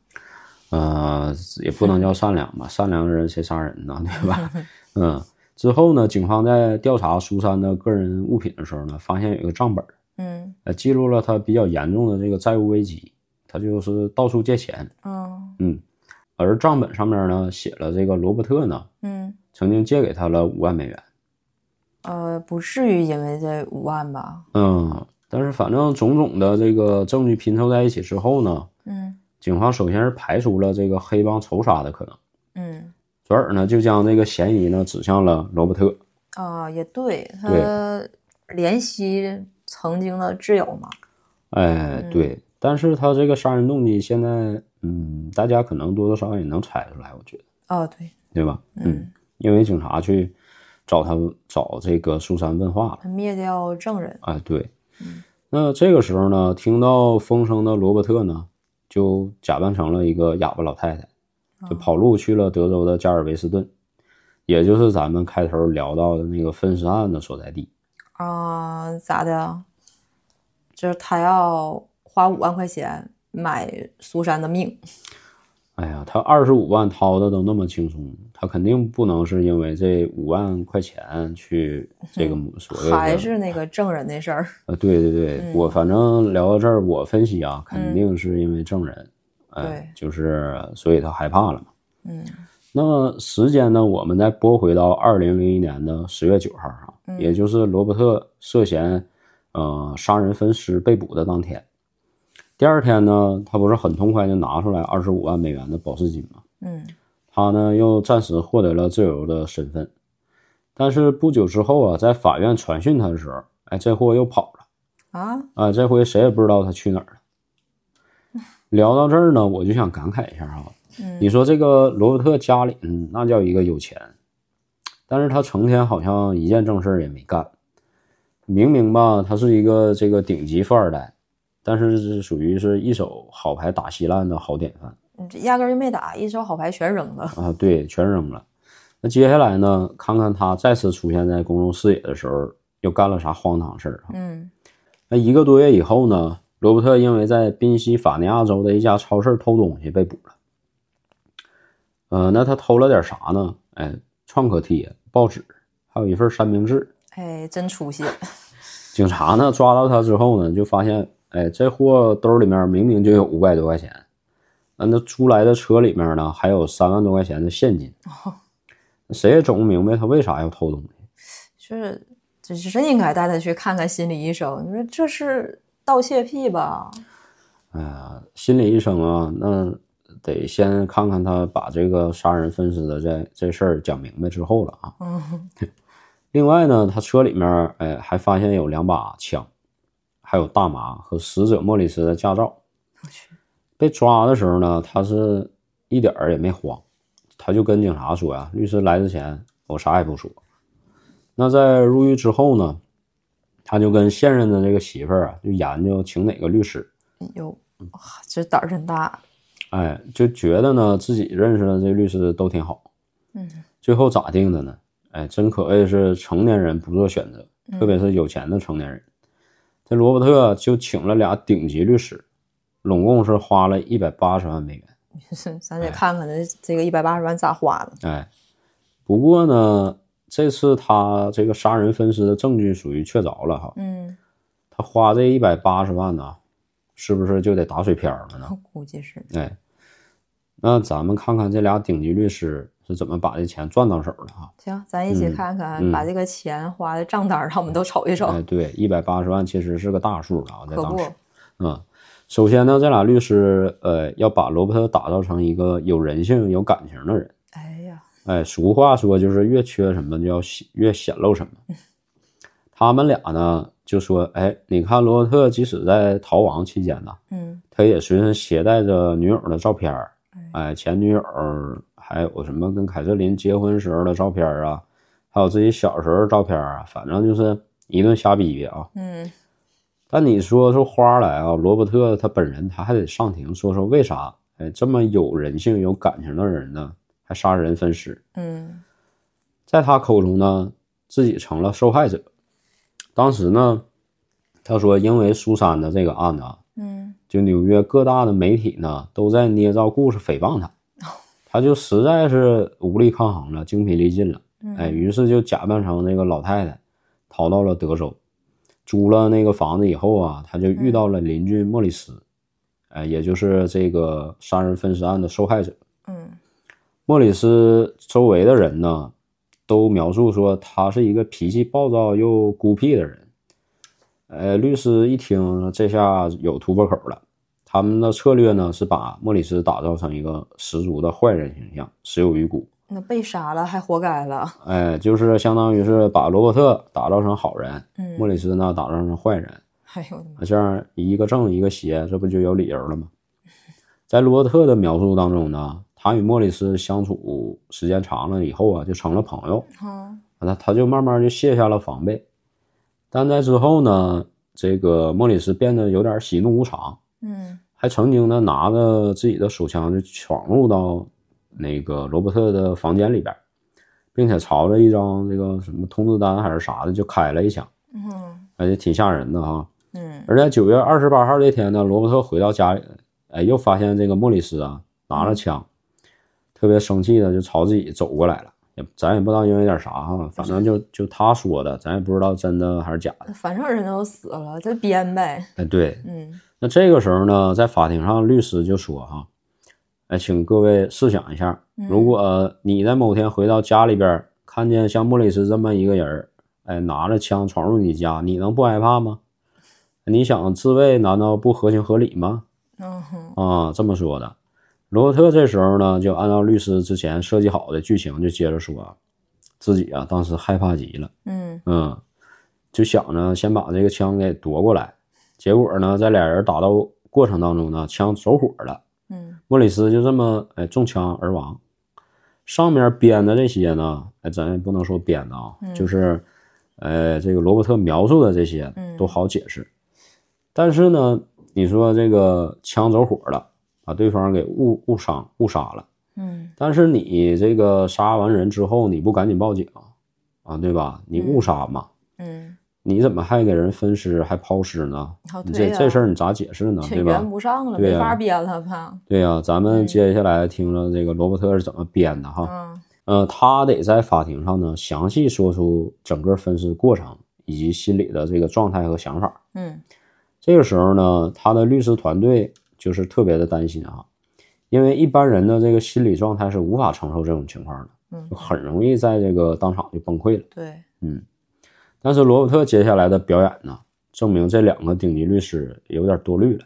S1: 呃，也不能叫善良吧，善良的人谁杀人呢，对吧？嗯，之后呢，警方在调查苏珊的个人物品的时候呢，发现有一个账本儿，
S2: 嗯
S1: 呃，记录了他比较严重的这个债务危机，他就是到处借钱。
S2: 嗯
S1: 嗯，而账本上面呢写了这个罗伯特呢
S2: 嗯，
S1: 曾经借给他了五万美元，
S2: 呃，不至于因为这五万吧？
S1: 嗯，但是反正种种的这个证据拼凑在一起之后呢，
S2: 嗯
S1: 警方首先是排除了这个黑帮仇杀的可能，
S2: 嗯
S1: 转而呢就将这个嫌疑呢指向了罗伯特，
S2: 啊，也对，他
S1: 对
S2: 怜惜曾经的挚友嘛。嗯
S1: 哎，对，但是他这个杀人动机现在嗯，大家可能多多少少也能猜出来，我觉得，
S2: 哦，对，
S1: 对吧？
S2: 嗯，
S1: 因为警察去找他们找这个苏珊问话了。
S2: 灭掉证人，
S1: 哎，对
S2: 嗯，
S1: 那这个时候呢，听到风声的罗伯特呢，就假扮成了一个哑巴老太太，就
S2: 哦
S1: 跑路去了德州的加尔维斯顿，也就是咱们开头聊到的那个分尸案的所在地。
S2: 啊、咋的啊？就是他要花五万块钱买苏珊的命，
S1: 哎呀，他二十五万掏的都那么轻松，他肯定不能是因为这五万块钱去这个所谓的
S2: 嗯还是那个证人的事儿。
S1: 呃，对对对，
S2: 嗯
S1: 我反正聊到这儿，我分析啊，肯
S2: 嗯
S1: 定是因为证人，
S2: 对
S1: 哎，就是所以他害怕了嘛。
S2: 嗯
S1: 那么时间呢，我们再拨回到二零零一年的十月九号啊，
S2: 嗯
S1: 也就是罗伯特涉嫌呃杀人分尸被捕的当天。第二天呢，他不是很痛快就拿出来二十五万美元的保释金吗？
S2: 嗯
S1: 他呢又暂时获得了自由的身份，但是不久之后啊，在法院传讯他的时候，哎，这货又跑了。
S2: 啊，
S1: 啊，这回谁也不知道他去哪儿了。聊到这儿呢，我就想感慨一下啊，
S2: 嗯
S1: 你说这个罗伯特家里，嗯，那叫一个有钱，但是他成天好像一件正事儿也没干。明明吧，他是一个这个顶级富二代，但是是属于是一手好牌打稀烂的好典范。
S2: 你这压根儿就没打，一手好牌全扔了。
S1: 啊，对，全扔了。那接下来呢，看看他再次出现在公众视野的时候，又干了啥荒唐事儿啊？
S2: 嗯
S1: 那一个多月以后呢，罗伯特因为在宾夕法尼亚州的一家超市偷东西被捕了。呃，那他偷了点啥呢？哎，创可贴、报纸，还有一份三明治。
S2: 哎，真出息！
S1: 警察呢抓到他之后呢，就发现，哎，这货兜里面明明就有五百多块钱，那那租来的车里面呢还有三万多块钱的现金。谁也整不明白他为啥要偷东西。
S2: 就是，这是真应该带他去看看心理医生。你说这是盗窃癖吧？
S1: 哎呀，心理医生啊，那得先看看他把这个杀人分尸的这这事儿讲明白之后了啊。
S2: 嗯
S1: 另外呢，他车里面哎还发现有两把枪，还有大麻和死者莫里斯的驾照。
S2: 我去，
S1: 被抓的时候呢，他是一点儿也没慌，他就跟警察说呀、律师来之前我啥也不说。”那在入狱之后呢，他就跟现任的这个媳妇儿啊，就研究请哪个律师。
S2: 有哎
S1: 嗯
S2: 哇，这胆儿真大。
S1: 哎，就觉得呢自己认识的这律师都挺好。
S2: 嗯，
S1: 最后咋定的呢？哎，真可谓是成年人不做选择，特别是有钱的成年人。这罗伯特就请了俩顶级律师，拢共是花了一百八十万美元。
S2: 咱得看看这这个一百八十万咋花的。
S1: 哎，不过呢，这次他这个杀人分尸的证据属于确凿了哈。
S2: 嗯，
S1: 他花这一百八十万呢，是不是就得打水漂了呢
S2: 我？ 估计是。
S1: 哎，那咱们看看这俩顶级律师是怎么把这钱赚到手的哈。
S2: 行，咱一起
S1: 嗯
S2: 看看，
S1: 嗯
S2: 把这个钱花的账单儿，让我们都瞅一瞅。
S1: 哎，对，一百八十万其实是个大数了啊，在
S2: 哦可
S1: 当
S2: 不
S1: 时，，嗯。首先呢，这俩律师，呃，要把罗伯特打造成一个有人性、有感情的人。
S2: 哎呀，
S1: 哎，俗话说就是越缺什么就要显越显露什
S2: 嗯
S1: 么。他们俩呢就说，哎，你看罗伯特即使在逃亡期间呢，
S2: 嗯
S1: 他也随身携带着女友的照片儿
S2: 哎
S1: 哎，前女友儿还有什么跟凯瑟琳结婚时候的照片儿啊，还有自己小时候的照片儿啊，反正就是一顿瞎逼逼啊。
S2: 嗯，
S1: 但你说说花儿来啊，罗伯特他本人他还得上庭说说为啥，哎，这么有人性、有感情的人呢，还杀人分尸。
S2: 嗯，
S1: 在他口中呢，自己成了受害者。当时呢，他说，因为苏珊的这个案子啊，
S2: 嗯，
S1: 就纽约各大的媒体呢都在捏造故事诽谤他，他就实在是无力抗衡了，精疲力尽了，
S2: 嗯
S1: 哎，于是就假扮成那个老太太，逃到了德州，租了那个房子以后啊，他就遇到了邻居莫里斯，哎，也就是这个杀人分尸案的受害者。
S2: 嗯，
S1: 莫里斯周围的人呢，都描述说他是一个脾气暴躁又孤僻的人。呃，律师一听，这下有突破口了。他们的策略呢是把莫里斯打造成一个十足的坏人形象，死有余辜。
S2: 那被杀了还活该了。
S1: 哎、就是相当于是把罗伯特打造成好人，
S2: 嗯，
S1: 莫里斯呢打造成坏人。
S2: 哎呦我的妈！
S1: 这样一个正一个邪，这不就有理由了吗？在罗伯特的描述当中呢，他与莫里斯相处时间长了以后啊，就成了朋友。
S2: 嗯
S1: 那他就慢慢就卸下了防备。但在之后呢，这个莫里斯变得有点喜怒无常，
S2: 嗯
S1: 还曾经呢拿着自己的手枪就闯入到那个罗伯特的房间里边，并且朝着一张这个什么通知单还是啥的就开了一枪，
S2: 嗯
S1: 而且挺吓人的哈。
S2: 嗯
S1: 而在九月二十八号这天呢，罗伯特回到家里，哎，又发现这个莫里斯啊拿着枪，特别生气的就朝自己走过来了，也咱也不知道因为点啥哈，反正就就他说的，咱也不知道真的还是假的。
S2: 反正人都死了，就编呗。
S1: 哎，对，
S2: 嗯
S1: 那这个时候呢，在法庭上，律师就说哈，哎，请各位试想一下，
S2: 嗯
S1: 如果、呃你在某天回到家里边儿，看见像莫里斯这么一个人儿，哎，拿着枪闯入你家，你能不害怕吗？你想自卫，难道不合情合理吗？
S2: 嗯哼
S1: 啊，这么说的。罗伯特这时候呢，就按照律师之前设计好的剧情，就接着说，自己啊当时害怕极了，
S2: 嗯
S1: 嗯，就想着先把这个枪给夺过来。结果呢，在俩人打斗过程当中呢，枪走火了，
S2: 嗯
S1: 莫里斯就这么哎中枪而亡。上面编的这些呢，哎，咱也不能说编的啊，
S2: 嗯
S1: 就是，呃，这个罗伯特描述的这些
S2: 嗯
S1: 都好解释。但是呢，你说这个枪走火了，把对方给误误伤误杀了，
S2: 嗯
S1: 但是你这个杀完人之后，你不赶紧报警啊，对吧？你误杀嘛，
S2: 嗯，
S1: 你怎么还给人分尸还抛尸呢？
S2: 好
S1: 你
S2: 哦对
S1: 这
S2: 呀，
S1: 这事儿你咋解释呢？
S2: 这
S1: 对吧？
S2: 圆不上了，
S1: 对
S2: 没
S1: 呀
S2: 法编了吧？
S1: 对呀、咱们接下来听了这个罗伯特是怎么编的哈。
S2: 嗯
S1: 呃，他得在法庭上呢，详细说出整个分尸过程以及心理的这个状态和想法。
S2: 嗯
S1: 这个时候呢，他的律师团队就是特别的担心啊，因为一般人的这个心理状态是无法承受这种情况的，
S2: 嗯
S1: 就，很容易在这个当场就崩溃了。
S2: 对，
S1: 但是罗伯特接下来的表演呢，证明这两个顶级律师有点多虑了。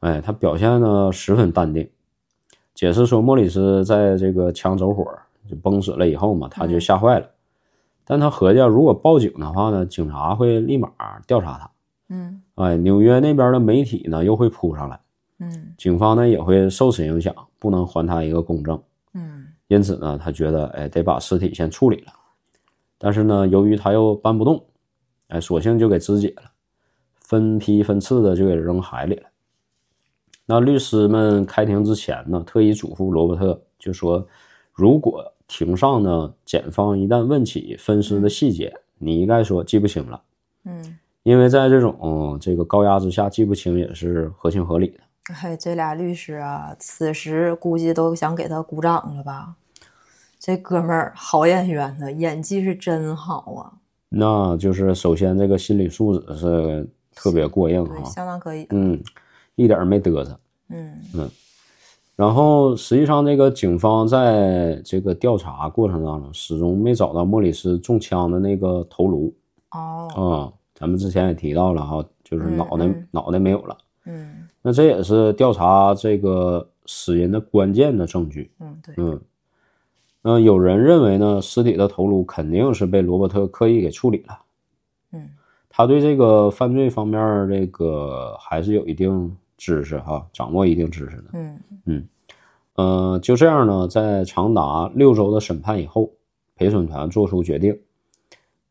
S1: 哎，他表现呢十分淡定，解释说莫里斯在这个枪走火就崩死了以后嘛，他就吓坏了。但他合计啊如果报警的话呢，警察会立马调查
S2: 嗯
S1: 他。哎，纽约那边的媒体呢又会扑上来，
S2: 嗯
S1: 警方呢也会受此影响，不能还他一个公正。
S2: 嗯
S1: 因此呢，他觉得哎得把尸体先处理了，但是呢，由于他又搬不动，哎，索性就给肢解了，分批分次的就给扔海里了。那律师们开庭之前呢，特意嘱咐罗伯特，就说如果庭上呢，检方一旦问起分尸的细节，你一概说记不清了，
S2: 嗯，
S1: 因为在这种、嗯这个高压之下，记不清也是合情合理的。
S2: 哎，这俩律师啊，此时估计都想给他鼓掌了吧？这哥们儿好演员呢，演技是真好啊，
S1: 那就是首先这个心理素质是特别过硬
S2: 对，
S1: 啊，
S2: 相当可以。
S1: 嗯，一点儿没嘚瑟。
S2: 嗯
S1: 然后实际上，这个警方在这个调查过程当中，始终没找到莫里斯中枪的那个头颅啊、
S2: 哦，
S1: 咱们之前也提到了哈，就是
S2: 嗯
S1: 脑袋、
S2: 嗯
S1: 脑袋没有了。
S2: 嗯
S1: 那这也是调查这个死因的关键的证据。
S2: 嗯，对，
S1: 嗯，那有人认为呢，尸体的头颅肯定是被罗伯特刻意给处理了。
S2: 嗯
S1: 他对这个犯罪方面儿这个还是有一定知识哈，掌握一定知识的。
S2: 嗯
S1: 呃，就这样呢，在长达六周的审判以后，陪审团作出决定，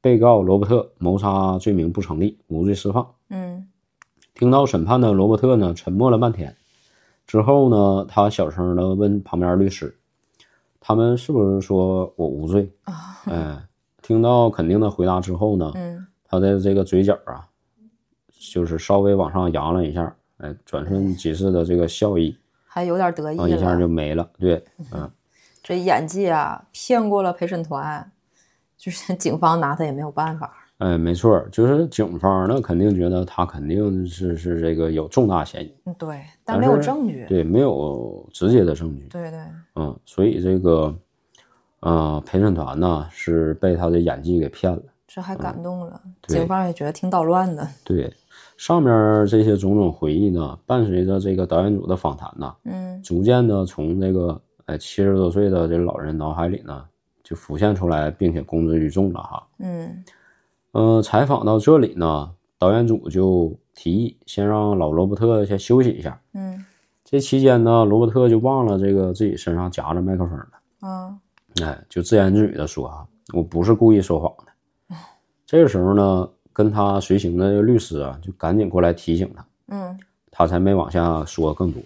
S1: 被告罗伯特谋杀罪名不成立，无罪释放。
S2: 嗯
S1: 听到审判的罗伯特呢，沉默了半天，之后呢，他小声的问旁边律师：“他们是不是说我无罪
S2: 啊？”
S1: 哎，听到肯定的回答之后呢，
S2: 嗯
S1: 他的这个嘴角啊，就是稍微往上扬了一下，哎，转瞬即逝的这个笑意
S2: 还有点得意
S1: 啊，一下
S2: 了。
S1: 就没了。对，
S2: 这演技啊，骗过了陪审团，就是 警方拿他也没有办法。
S1: 哎，没错儿，就是警方呢，肯定觉得他肯定是是这个有重大嫌疑，
S2: 嗯，对，
S1: 但
S2: 但没有
S1: 是
S2: 证据。
S1: 对，没有直接的证据，
S2: 对对，
S1: 嗯，所以这个，呃，陪审团呢是被他的演技给骗了，
S2: 这还感动了，
S1: 对
S2: 警方也觉得挺捣乱的。
S1: 对，上面这些种种回忆呢，伴随着这个导演组的访谈呢，
S2: 嗯
S1: 逐渐的从这个哎七十多岁的这老人脑海里呢就浮现出来，并且公之于众了哈，
S2: 嗯
S1: 呃，采访到这里呢，导演组就提议先让老罗伯特先休息一下。
S2: 嗯
S1: 这期间呢，罗伯特就忘了这个自己身上夹着麦克风了，
S2: 啊，
S1: 哎，就自言自语的说啊，我不是故意说谎的。这个时候呢，跟他随行的律师啊，就赶紧过来提醒他，
S2: 嗯
S1: 他才没往下说更多。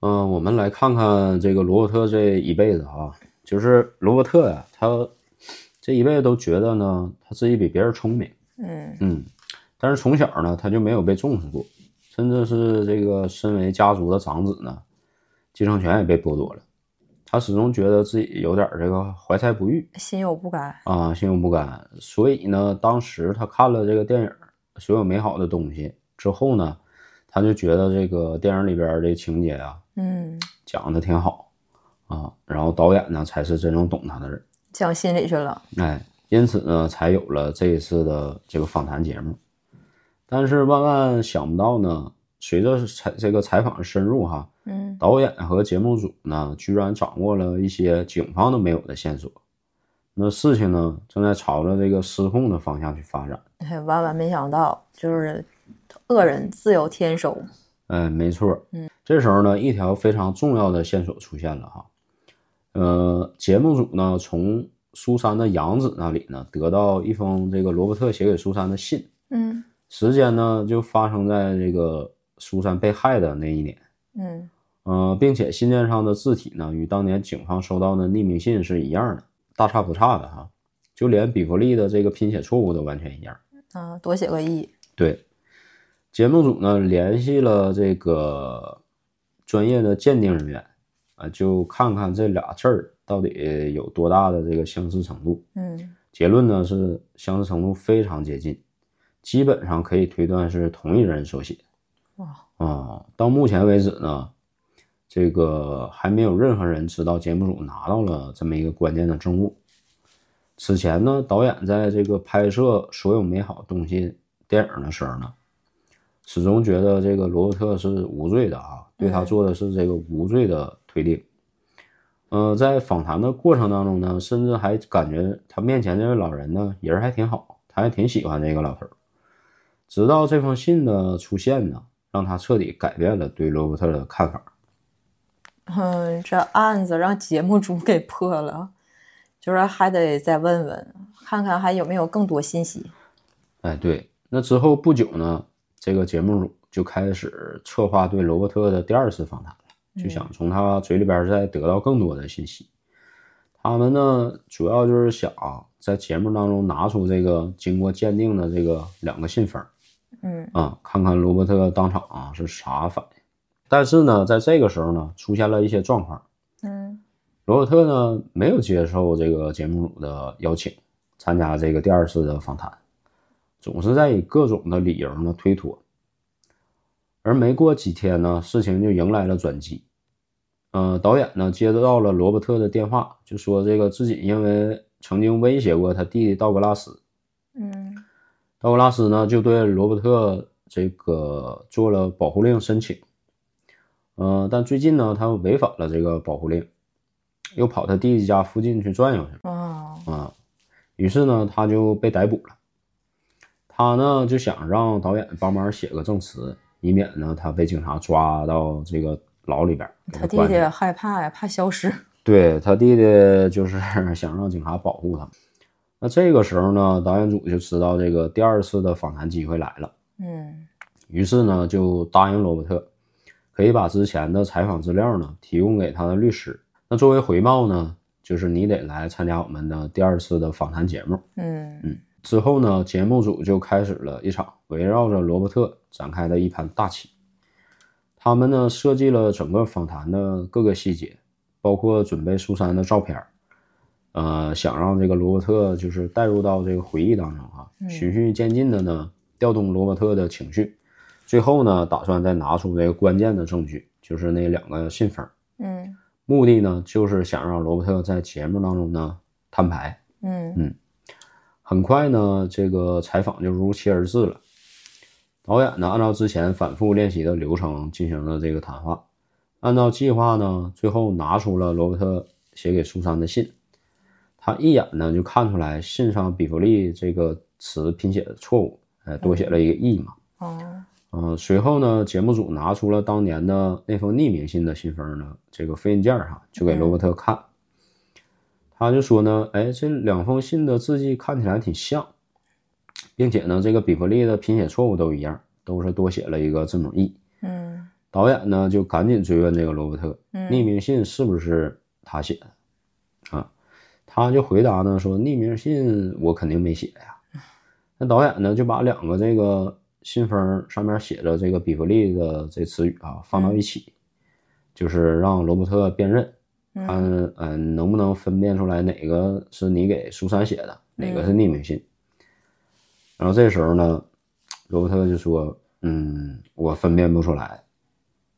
S1: 嗯，我们来看看这个罗伯特这一辈子啊，就是罗伯特呀、他这一辈子都觉得呢，他自己比别人聪明，
S2: 嗯
S1: 嗯，但是从小呢，他就没有被重视过，甚至是这个身为家族的长子呢，继承权也被剥夺了。他始终觉得自己有点儿这个怀才不遇
S2: 心有不甘，
S1: 啊，心有不甘。所以呢，当时他看了这个电影儿《所有美好的东西》之后呢，他就觉得这个电影里边儿的情节啊，
S2: 嗯，
S1: 讲的挺好啊，然后导演呢才是真正懂他的人，
S2: 讲心里去了，
S1: 哎，因此呢才有了这一次的这个访谈节目。但是万万想不到呢，随着采这个采访的深入哈，
S2: 嗯
S1: 导演和节目组呢居然掌握了一些警方都没有的线索，那事情呢正在朝着这个失控的方向去发展。
S2: 哎，万万没想到，就是恶人自有天收，
S1: 嗯，没错。
S2: 嗯，
S1: 这时候呢，一条非常重要的线索出现了哈。呃，节目组呢从苏珊的养子那里呢得到一封这个罗伯特写给苏珊的信，
S2: 嗯
S1: 时间呢就发生在这个苏珊被害的那一年。
S2: 嗯
S1: 呃，并且信件上的字体呢与当年警方收到的匿名信是一样的，大差不差的哈，就连比弗利的这个拼写错误都完全一样。
S2: 啊，多写个亿，
S1: 对，节目组呢联系了这个专业的鉴定人员啊，就看看这俩字儿到底有多大的这个相似程度。
S2: 嗯
S1: 结论呢是相似程度非常接近，基本上可以推断是同一人手写。
S2: 哇，
S1: 啊，到目前为止呢，这个还没有任何人知道节目组拿到了这么一个关键的证物。此前呢，导演在这个拍摄《所有美好的东西》电影的时候呢，始终觉得这个罗伯特是无罪的啊，对他做的是这个无罪的推定。呃，在访谈的过程当中呢，甚至还感觉他面前这位老人呢，人还挺好，他还挺喜欢这个老头儿。直到这封信的出现呢，让他彻底改变了对罗伯特的看法。
S2: 嗯， 这案子让节目组给破了，就是还得再问问，看看还有没有更多信息，
S1: 哎，对，那之后不久呢，这个节目组就开始策划对罗伯特的第二次访谈了，
S2: 嗯
S1: 就想从他嘴里边再得到更多的信息。他们呢，主要就是想在节目当中拿出这个经过鉴定的这个两个信封
S2: 嗯
S1: 啊，看看罗伯特当场啊是啥反应。但是呢，在这个时候呢，出现了一些状况，
S2: 嗯
S1: 罗伯特呢没有接受这个节目组的邀请，参加这个第二次的访谈，总是在以各种的理由呢推脱。而没过几天呢，事情就迎来了转机。呃，导演呢接到了罗伯特的电话，就说这个自己因为曾经威胁过他弟弟道格拉斯，
S2: 嗯
S1: 道格拉斯呢就对罗伯特这个做了保护令申请，呃，但最近呢他违反了这个保护令，又跑他弟弟家附近去转悠去
S2: 哦，
S1: 了啊，于是呢他就被逮捕了。他呢就想让导演帮忙写个证词，以免呢他被警察抓到这个牢里边儿。给
S2: 他弟
S1: 关
S2: 弟
S1: 起来
S2: 害怕呀，怕消失，
S1: 对他弟弟就是 想让警察保护他。那这个时候呢，导演组就知道这个第二次的访谈机会来了。
S2: 嗯
S1: 于是呢，就答应罗伯特，可以把之前的采访资料呢提供给他的律师。那作为回报呢，就是你得来参加我们的第二次的访谈节目。
S2: 嗯
S1: 之后呢，节目组就开始了一场围绕着罗伯特展开的一盘大棋。他们呢设计了整个访谈的各个细节，包括准备苏珊的照片儿，呃，想让这个罗伯特就是带入到这个回忆当中啊，
S2: 嗯
S1: 循序渐进的呢调动罗伯特的情绪，最后呢打算再拿出这个关键的证据，就是那两个信封儿，
S2: 嗯
S1: 目的呢就是想让罗伯特在节目当中呢摊牌，
S2: 嗯
S1: 很快呢，这个采访就如期而至了。导演呢，按照之前反复练习的流程进行了这个谈话。按照计划呢，最后拿出了罗伯特写给苏珊的信。他一眼呢就看出来信上“比弗利”这个词拼写的错误，哎，多写了一个 “e” 嘛。
S2: 哦，
S1: 嗯，随后呢，节目组拿出了当年的那封匿名信的信封呢，这个复印件儿哈，就给罗伯特看。他就说呢，哎，这两封信的字迹看起来挺像，并且呢，这个比弗利的拼写错误都一样，都是多写了一个字母 e。
S2: 嗯
S1: 导演呢就赶紧追问这个罗伯特，
S2: 嗯
S1: 匿名信是不是他写的啊？他就回答呢说，匿名信我肯定没写呀。那导演呢就把两个这个信封上面写着这个比弗利的这词语啊放到一起，就是让罗伯特辨认，
S2: 嗯
S1: 看嗯、呃能不能分辨出来哪个是你给苏珊写的，哪个是匿名信。然后这时候呢，罗伯特就说：“嗯，我分辨不出来，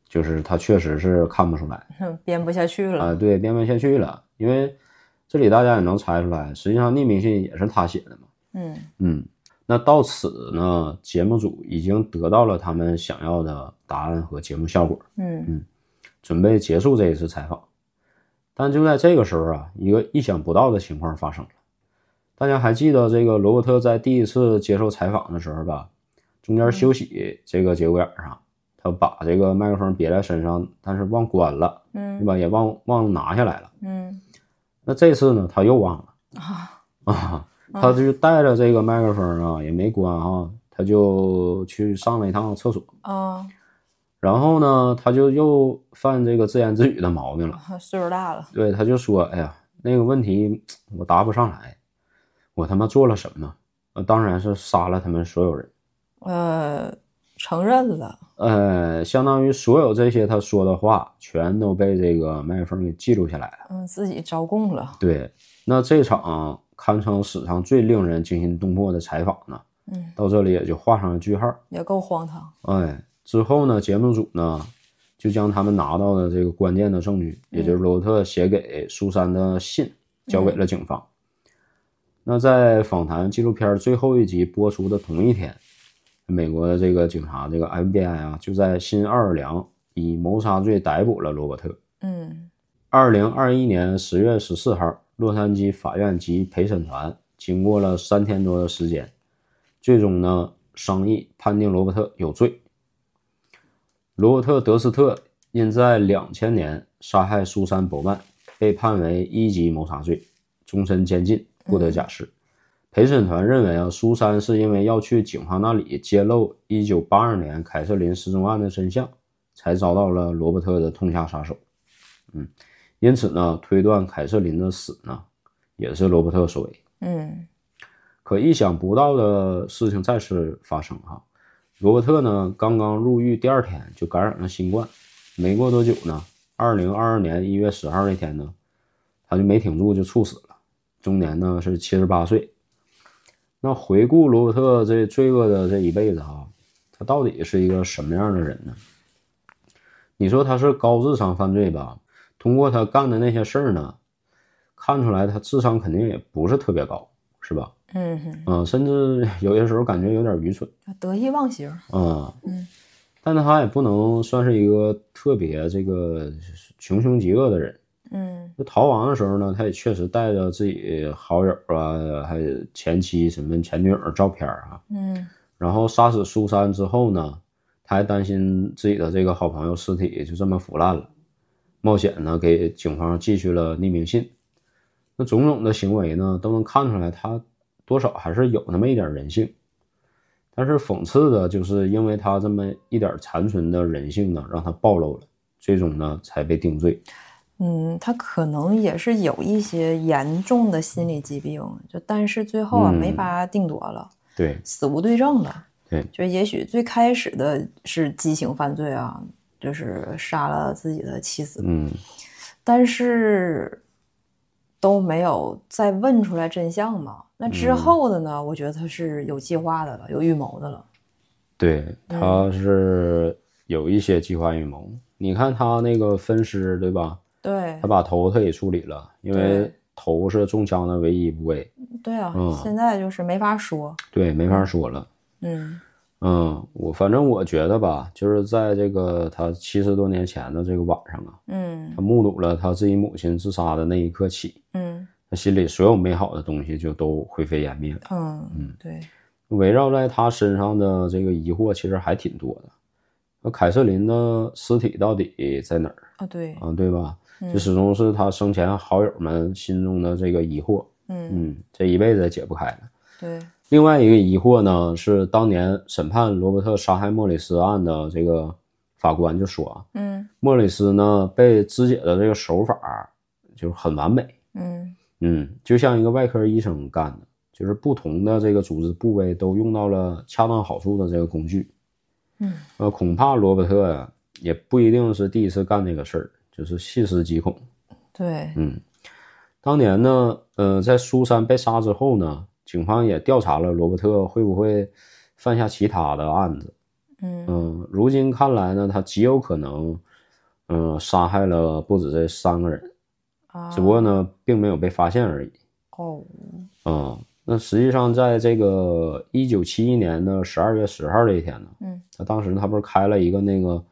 S1: 就是他确实是看不出来
S2: 哼编不下去
S1: 啊、
S2: 了。
S1: 对，编不下去了，因为这里大家也能猜出来，实际上匿名信也是他写的嘛。
S2: 嗯
S1: 嗯，那到此呢，节目组已经得到了他们想要的答案和节目效果。
S2: 嗯
S1: 准备结束这一次采访。但就在这个时候啊，一个意想不到的情况发生了。大家还记得这个罗伯特在第一次接受采访的时候吧，中间休息这个节骨眼儿上，他把这个麦克风别在身上，但是忘关了，对
S2: 嗯
S1: 吧？也忘忘拿下来了。
S2: 嗯
S1: 那这次呢，他又忘了啊，他就带着这个麦克风啊，也没关啊，他就去上了一趟厕所。
S2: 啊，
S1: 然后呢，他就又犯这个自言自语的毛病了。
S2: 岁数大了，
S1: 对，他就说：“哎呀，那个问题我答不上来，我他妈做了什么？呃当然是杀了他们所有人。
S2: 呃，承认了。
S1: 呃，相当于所有这些他说的话，全都被这个麦克风给记录下来了。
S2: 嗯，自己招供了。
S1: 对，那这场堪称史上最令人惊心动魄的采访呢，
S2: 嗯，
S1: 到这里也就画上了句号。
S2: 也够荒唐。
S1: 哎，之后呢，节目组呢就将他们拿到的这个关键的证据，也就是罗伯特写给苏珊的信，交给了警方。那在访谈纪录片最后一集播出的同一天，美国的这个警察这个 FBI 啊，就在新奥尔良以谋杀罪逮捕了罗伯特。
S2: 嗯
S1: 二零二一年十月十四号，洛杉矶法院及陪审团经过了三天多的时间，最终呢商议判定罗伯特有罪。罗伯特·德斯特因在两千年杀害苏珊·伯曼，被判为一级谋杀罪，终身监禁，不得假释。陪审团认为啊，苏珊是因为要去警方那里揭露一九八二年凯瑟琳失踪案的真相，才遭到了罗伯特的痛下杀手。因此呢，推断凯瑟琳的死呢，也是罗伯特所为。
S2: 嗯
S1: 可意想不到的事情再次发生哈、罗伯特呢，刚刚入狱第二天就感染了新冠，没过多久呢，二零二二年一月十号那天呢，他就没挺住就猝死了，终年呢是七十八岁。那回顾罗伯特这罪恶的这一辈子啊，他到底是一个什么样的人呢？你说他是高智商犯罪吧？通过他干的那些事儿呢，看出来他智商肯定也不是特别高，是吧？
S2: 嗯哼，
S1: 嗯，甚至有些时候感觉有点愚蠢
S2: 得意忘形。
S1: 啊。
S2: 嗯，
S1: 但他也不能算是一个特别这个穷凶极恶的人。
S2: 嗯
S1: 那逃亡的时候呢，他也确实带着自己好友啊，还有前妻什么前女友照片啊。
S2: 嗯
S1: 然后杀死苏珊之后呢，他还担心自己的这个好朋友尸体就这么腐烂了，冒险呢给警方寄去了匿名信。那种种的行为呢，都能看出来他多少还是有那么一点人性。但是讽刺的就是，因为他这么一点残存的人性呢，让他暴露了，最终呢才被定罪。
S2: 嗯，他可能也是有一些严重的心理疾病，就但是最后啊没
S1: 嗯
S2: 法定夺了。
S1: 对，
S2: 死无对证了。
S1: 对
S2: 就也许最开始的是激情犯罪啊，就是杀了自己的妻子，
S1: 嗯，
S2: 但是都没有再问出来真相嘛。那之
S1: 嗯
S2: 后的呢？我觉得他是有计划的了，有预谋的了。
S1: 对，他是有一些计划预谋。你看他那个分尸，对吧？
S2: 对
S1: 他，把头他也处理了，因为
S2: 对
S1: 头是中枪的唯一部位，
S2: 对啊，
S1: 嗯
S2: 现在就是没法说。
S1: 对，没法说了。
S2: 嗯
S1: 嗯，我反正我觉得吧，就是在这个他七十多年前的这个晚上啊，
S2: 嗯
S1: 他目睹了他自己母亲自杀的那一刻起，
S2: 嗯
S1: 他心里所有美好的东西就都灰飞烟灭了。
S2: 嗯，对，
S1: 围绕在他身上的这个疑惑其实还挺多的。那凯瑟琳的尸体到底在哪儿
S2: 啊，对，
S1: 啊？对吧？
S2: 嗯
S1: 这始终是他生前好友们心中的这个疑惑。
S2: 嗯，
S1: 嗯，这一辈子也解不开了。
S2: 对，
S1: 另外一个疑惑呢，是当年审判罗伯特杀害莫里斯案的这个法官就说啊，
S2: 嗯
S1: 莫里斯呢被肢解的这个手法就是很完美，
S2: 嗯
S1: 嗯，就像一个外科医生干的，就是不同的这个组织部位都用到了恰当好处的这个工具。
S2: 嗯
S1: 呃，恐怕罗伯特呀也不一定是第一次干这个事儿，就是细思极恐。
S2: 对，
S1: 嗯，当年呢，呃，在苏珊被杀之后呢，警方也调查了罗伯特会不会犯下其他的案子。
S2: 嗯
S1: 嗯、如今看来呢，他极有可能，嗯、杀害了不止这三个人，
S2: 啊，
S1: 嗯只不过呢，并没有被发现而已。
S2: 哦，
S1: 啊、那实际上在这个一九七一年的十二月十号这一天呢，
S2: 嗯
S1: 他当时他不是开了一个那个，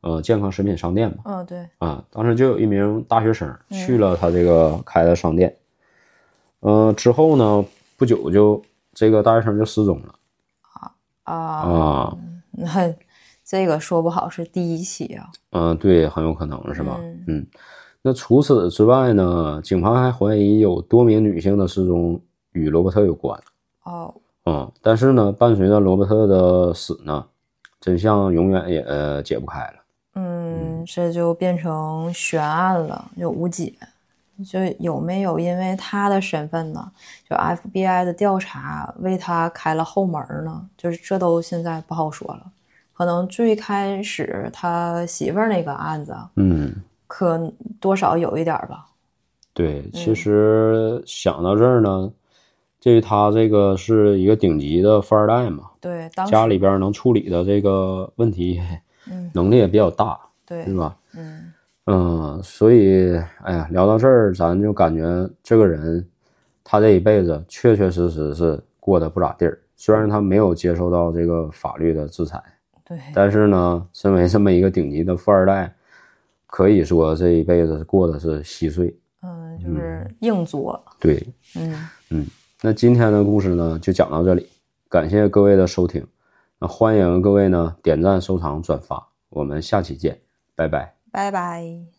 S1: 呃，健康食品商店嘛。
S2: 啊，对，
S1: 啊，当时就有一名大学生
S2: 嗯
S1: 去了他这个开的商店，呃，之后呢，不久就这个大学生就失踪了
S2: 啊，
S1: 啊，
S2: 那这个说不好是第一起啊，
S1: 嗯、对，很有可能是吧？
S2: 嗯
S1: 嗯，那除此之外呢，警方还怀疑有多名女性的失踪与罗伯特有关
S2: 哦，
S1: 啊，但是呢，伴随着罗伯特的死呢，真相永远也、呃、解不开了。
S2: 嗯，这就变成悬案了，就无解。就有没有因为他的身份呢？就 FBI 的调查为他开了后门呢？就是这都现在不好说了。可能最开始他媳妇儿那个案子，啊
S1: 嗯，
S2: 可多少有一点儿吧。
S1: 对，其
S2: 嗯
S1: 实想到这儿呢，鉴于他这个是一个顶级的富二代嘛，
S2: 对，当时
S1: 家里边儿能处理的这个问 题
S2: 嗯，
S1: 能力也比较大，
S2: 对
S1: 对，吧？
S2: 嗯，
S1: 嗯，所以哎呀，聊到这儿，咱就感觉这个人他这一辈子确确实实是过得不咋地儿。虽然他没有接受到这个法律的制裁，
S2: 对，
S1: 但是呢，身为这么一个顶级的富二代，可以说这一辈子过得是稀碎。
S2: 嗯，就是硬作，
S1: 对，
S2: 嗯，
S1: 那今天的故事呢，就讲到这里，感谢各位的收听，那欢迎各位呢点赞、收藏、转发，我们下期见，拜拜。
S2: 拜拜。